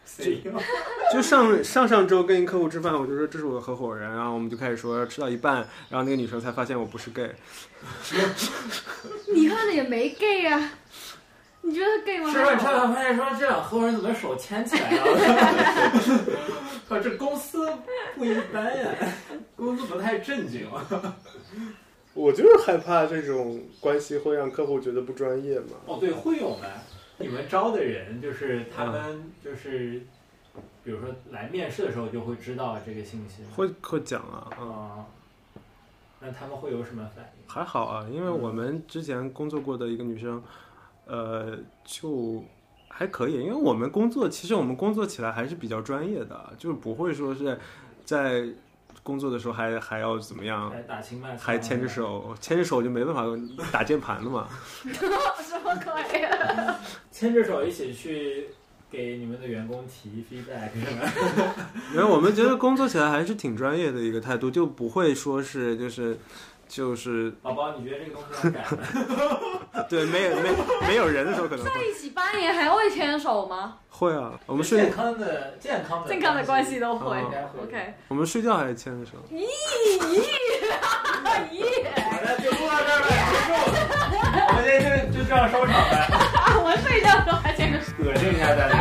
CEO
就上上上周跟一客户吃饭，我就说这是我的合伙人，然后我们就开始说吃到一半，然后那个女生才发现我不是 gay，
你看的也没 gay 啊，你觉得 gay 吗？
吃饭吃饭发现说这两合伙人怎么手牵起来了？我这公司不一般呀，公司不太正经啊。
我就是害怕这种关系会让客户觉得不专业嘛。
哦，对，会有们，你们招的人就是他
嗯
们就是，比如说来面试的时候就会知道这个信息吗。
会会讲啊，
啊、
嗯，
那他们会有什么反应？
还好啊，因为我们之前工作过的一个女生，呃，就还可以，因为我们工作其实我们工作起来还是比较专业的，就是不会说是在工作的时候还还要怎么样。
还打情骂俏，
嗯还牵着。手，牵着手就没办法打键盘了嘛。
什么鬼？
啊
牵着手一起去给你们的员工提 feedback 是吧？
然后我们觉得工作起来还是挺专业的一个态度，就不会说是就是就是
宝宝，你觉得这个东西要改吗？
对没有没没有人的时候可能
在
会
一起八年还会牵手吗？
会啊。我们
健
睡
康的健康的
健康的关系都会
哦。
应该会。
OK，
我们睡觉还是牵着手。
好了，就录到这儿了，结束。我们这就就这样收场吧，
啊，我睡觉的时候还牵着手，
恶心一下大家。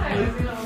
太恶心了。
哎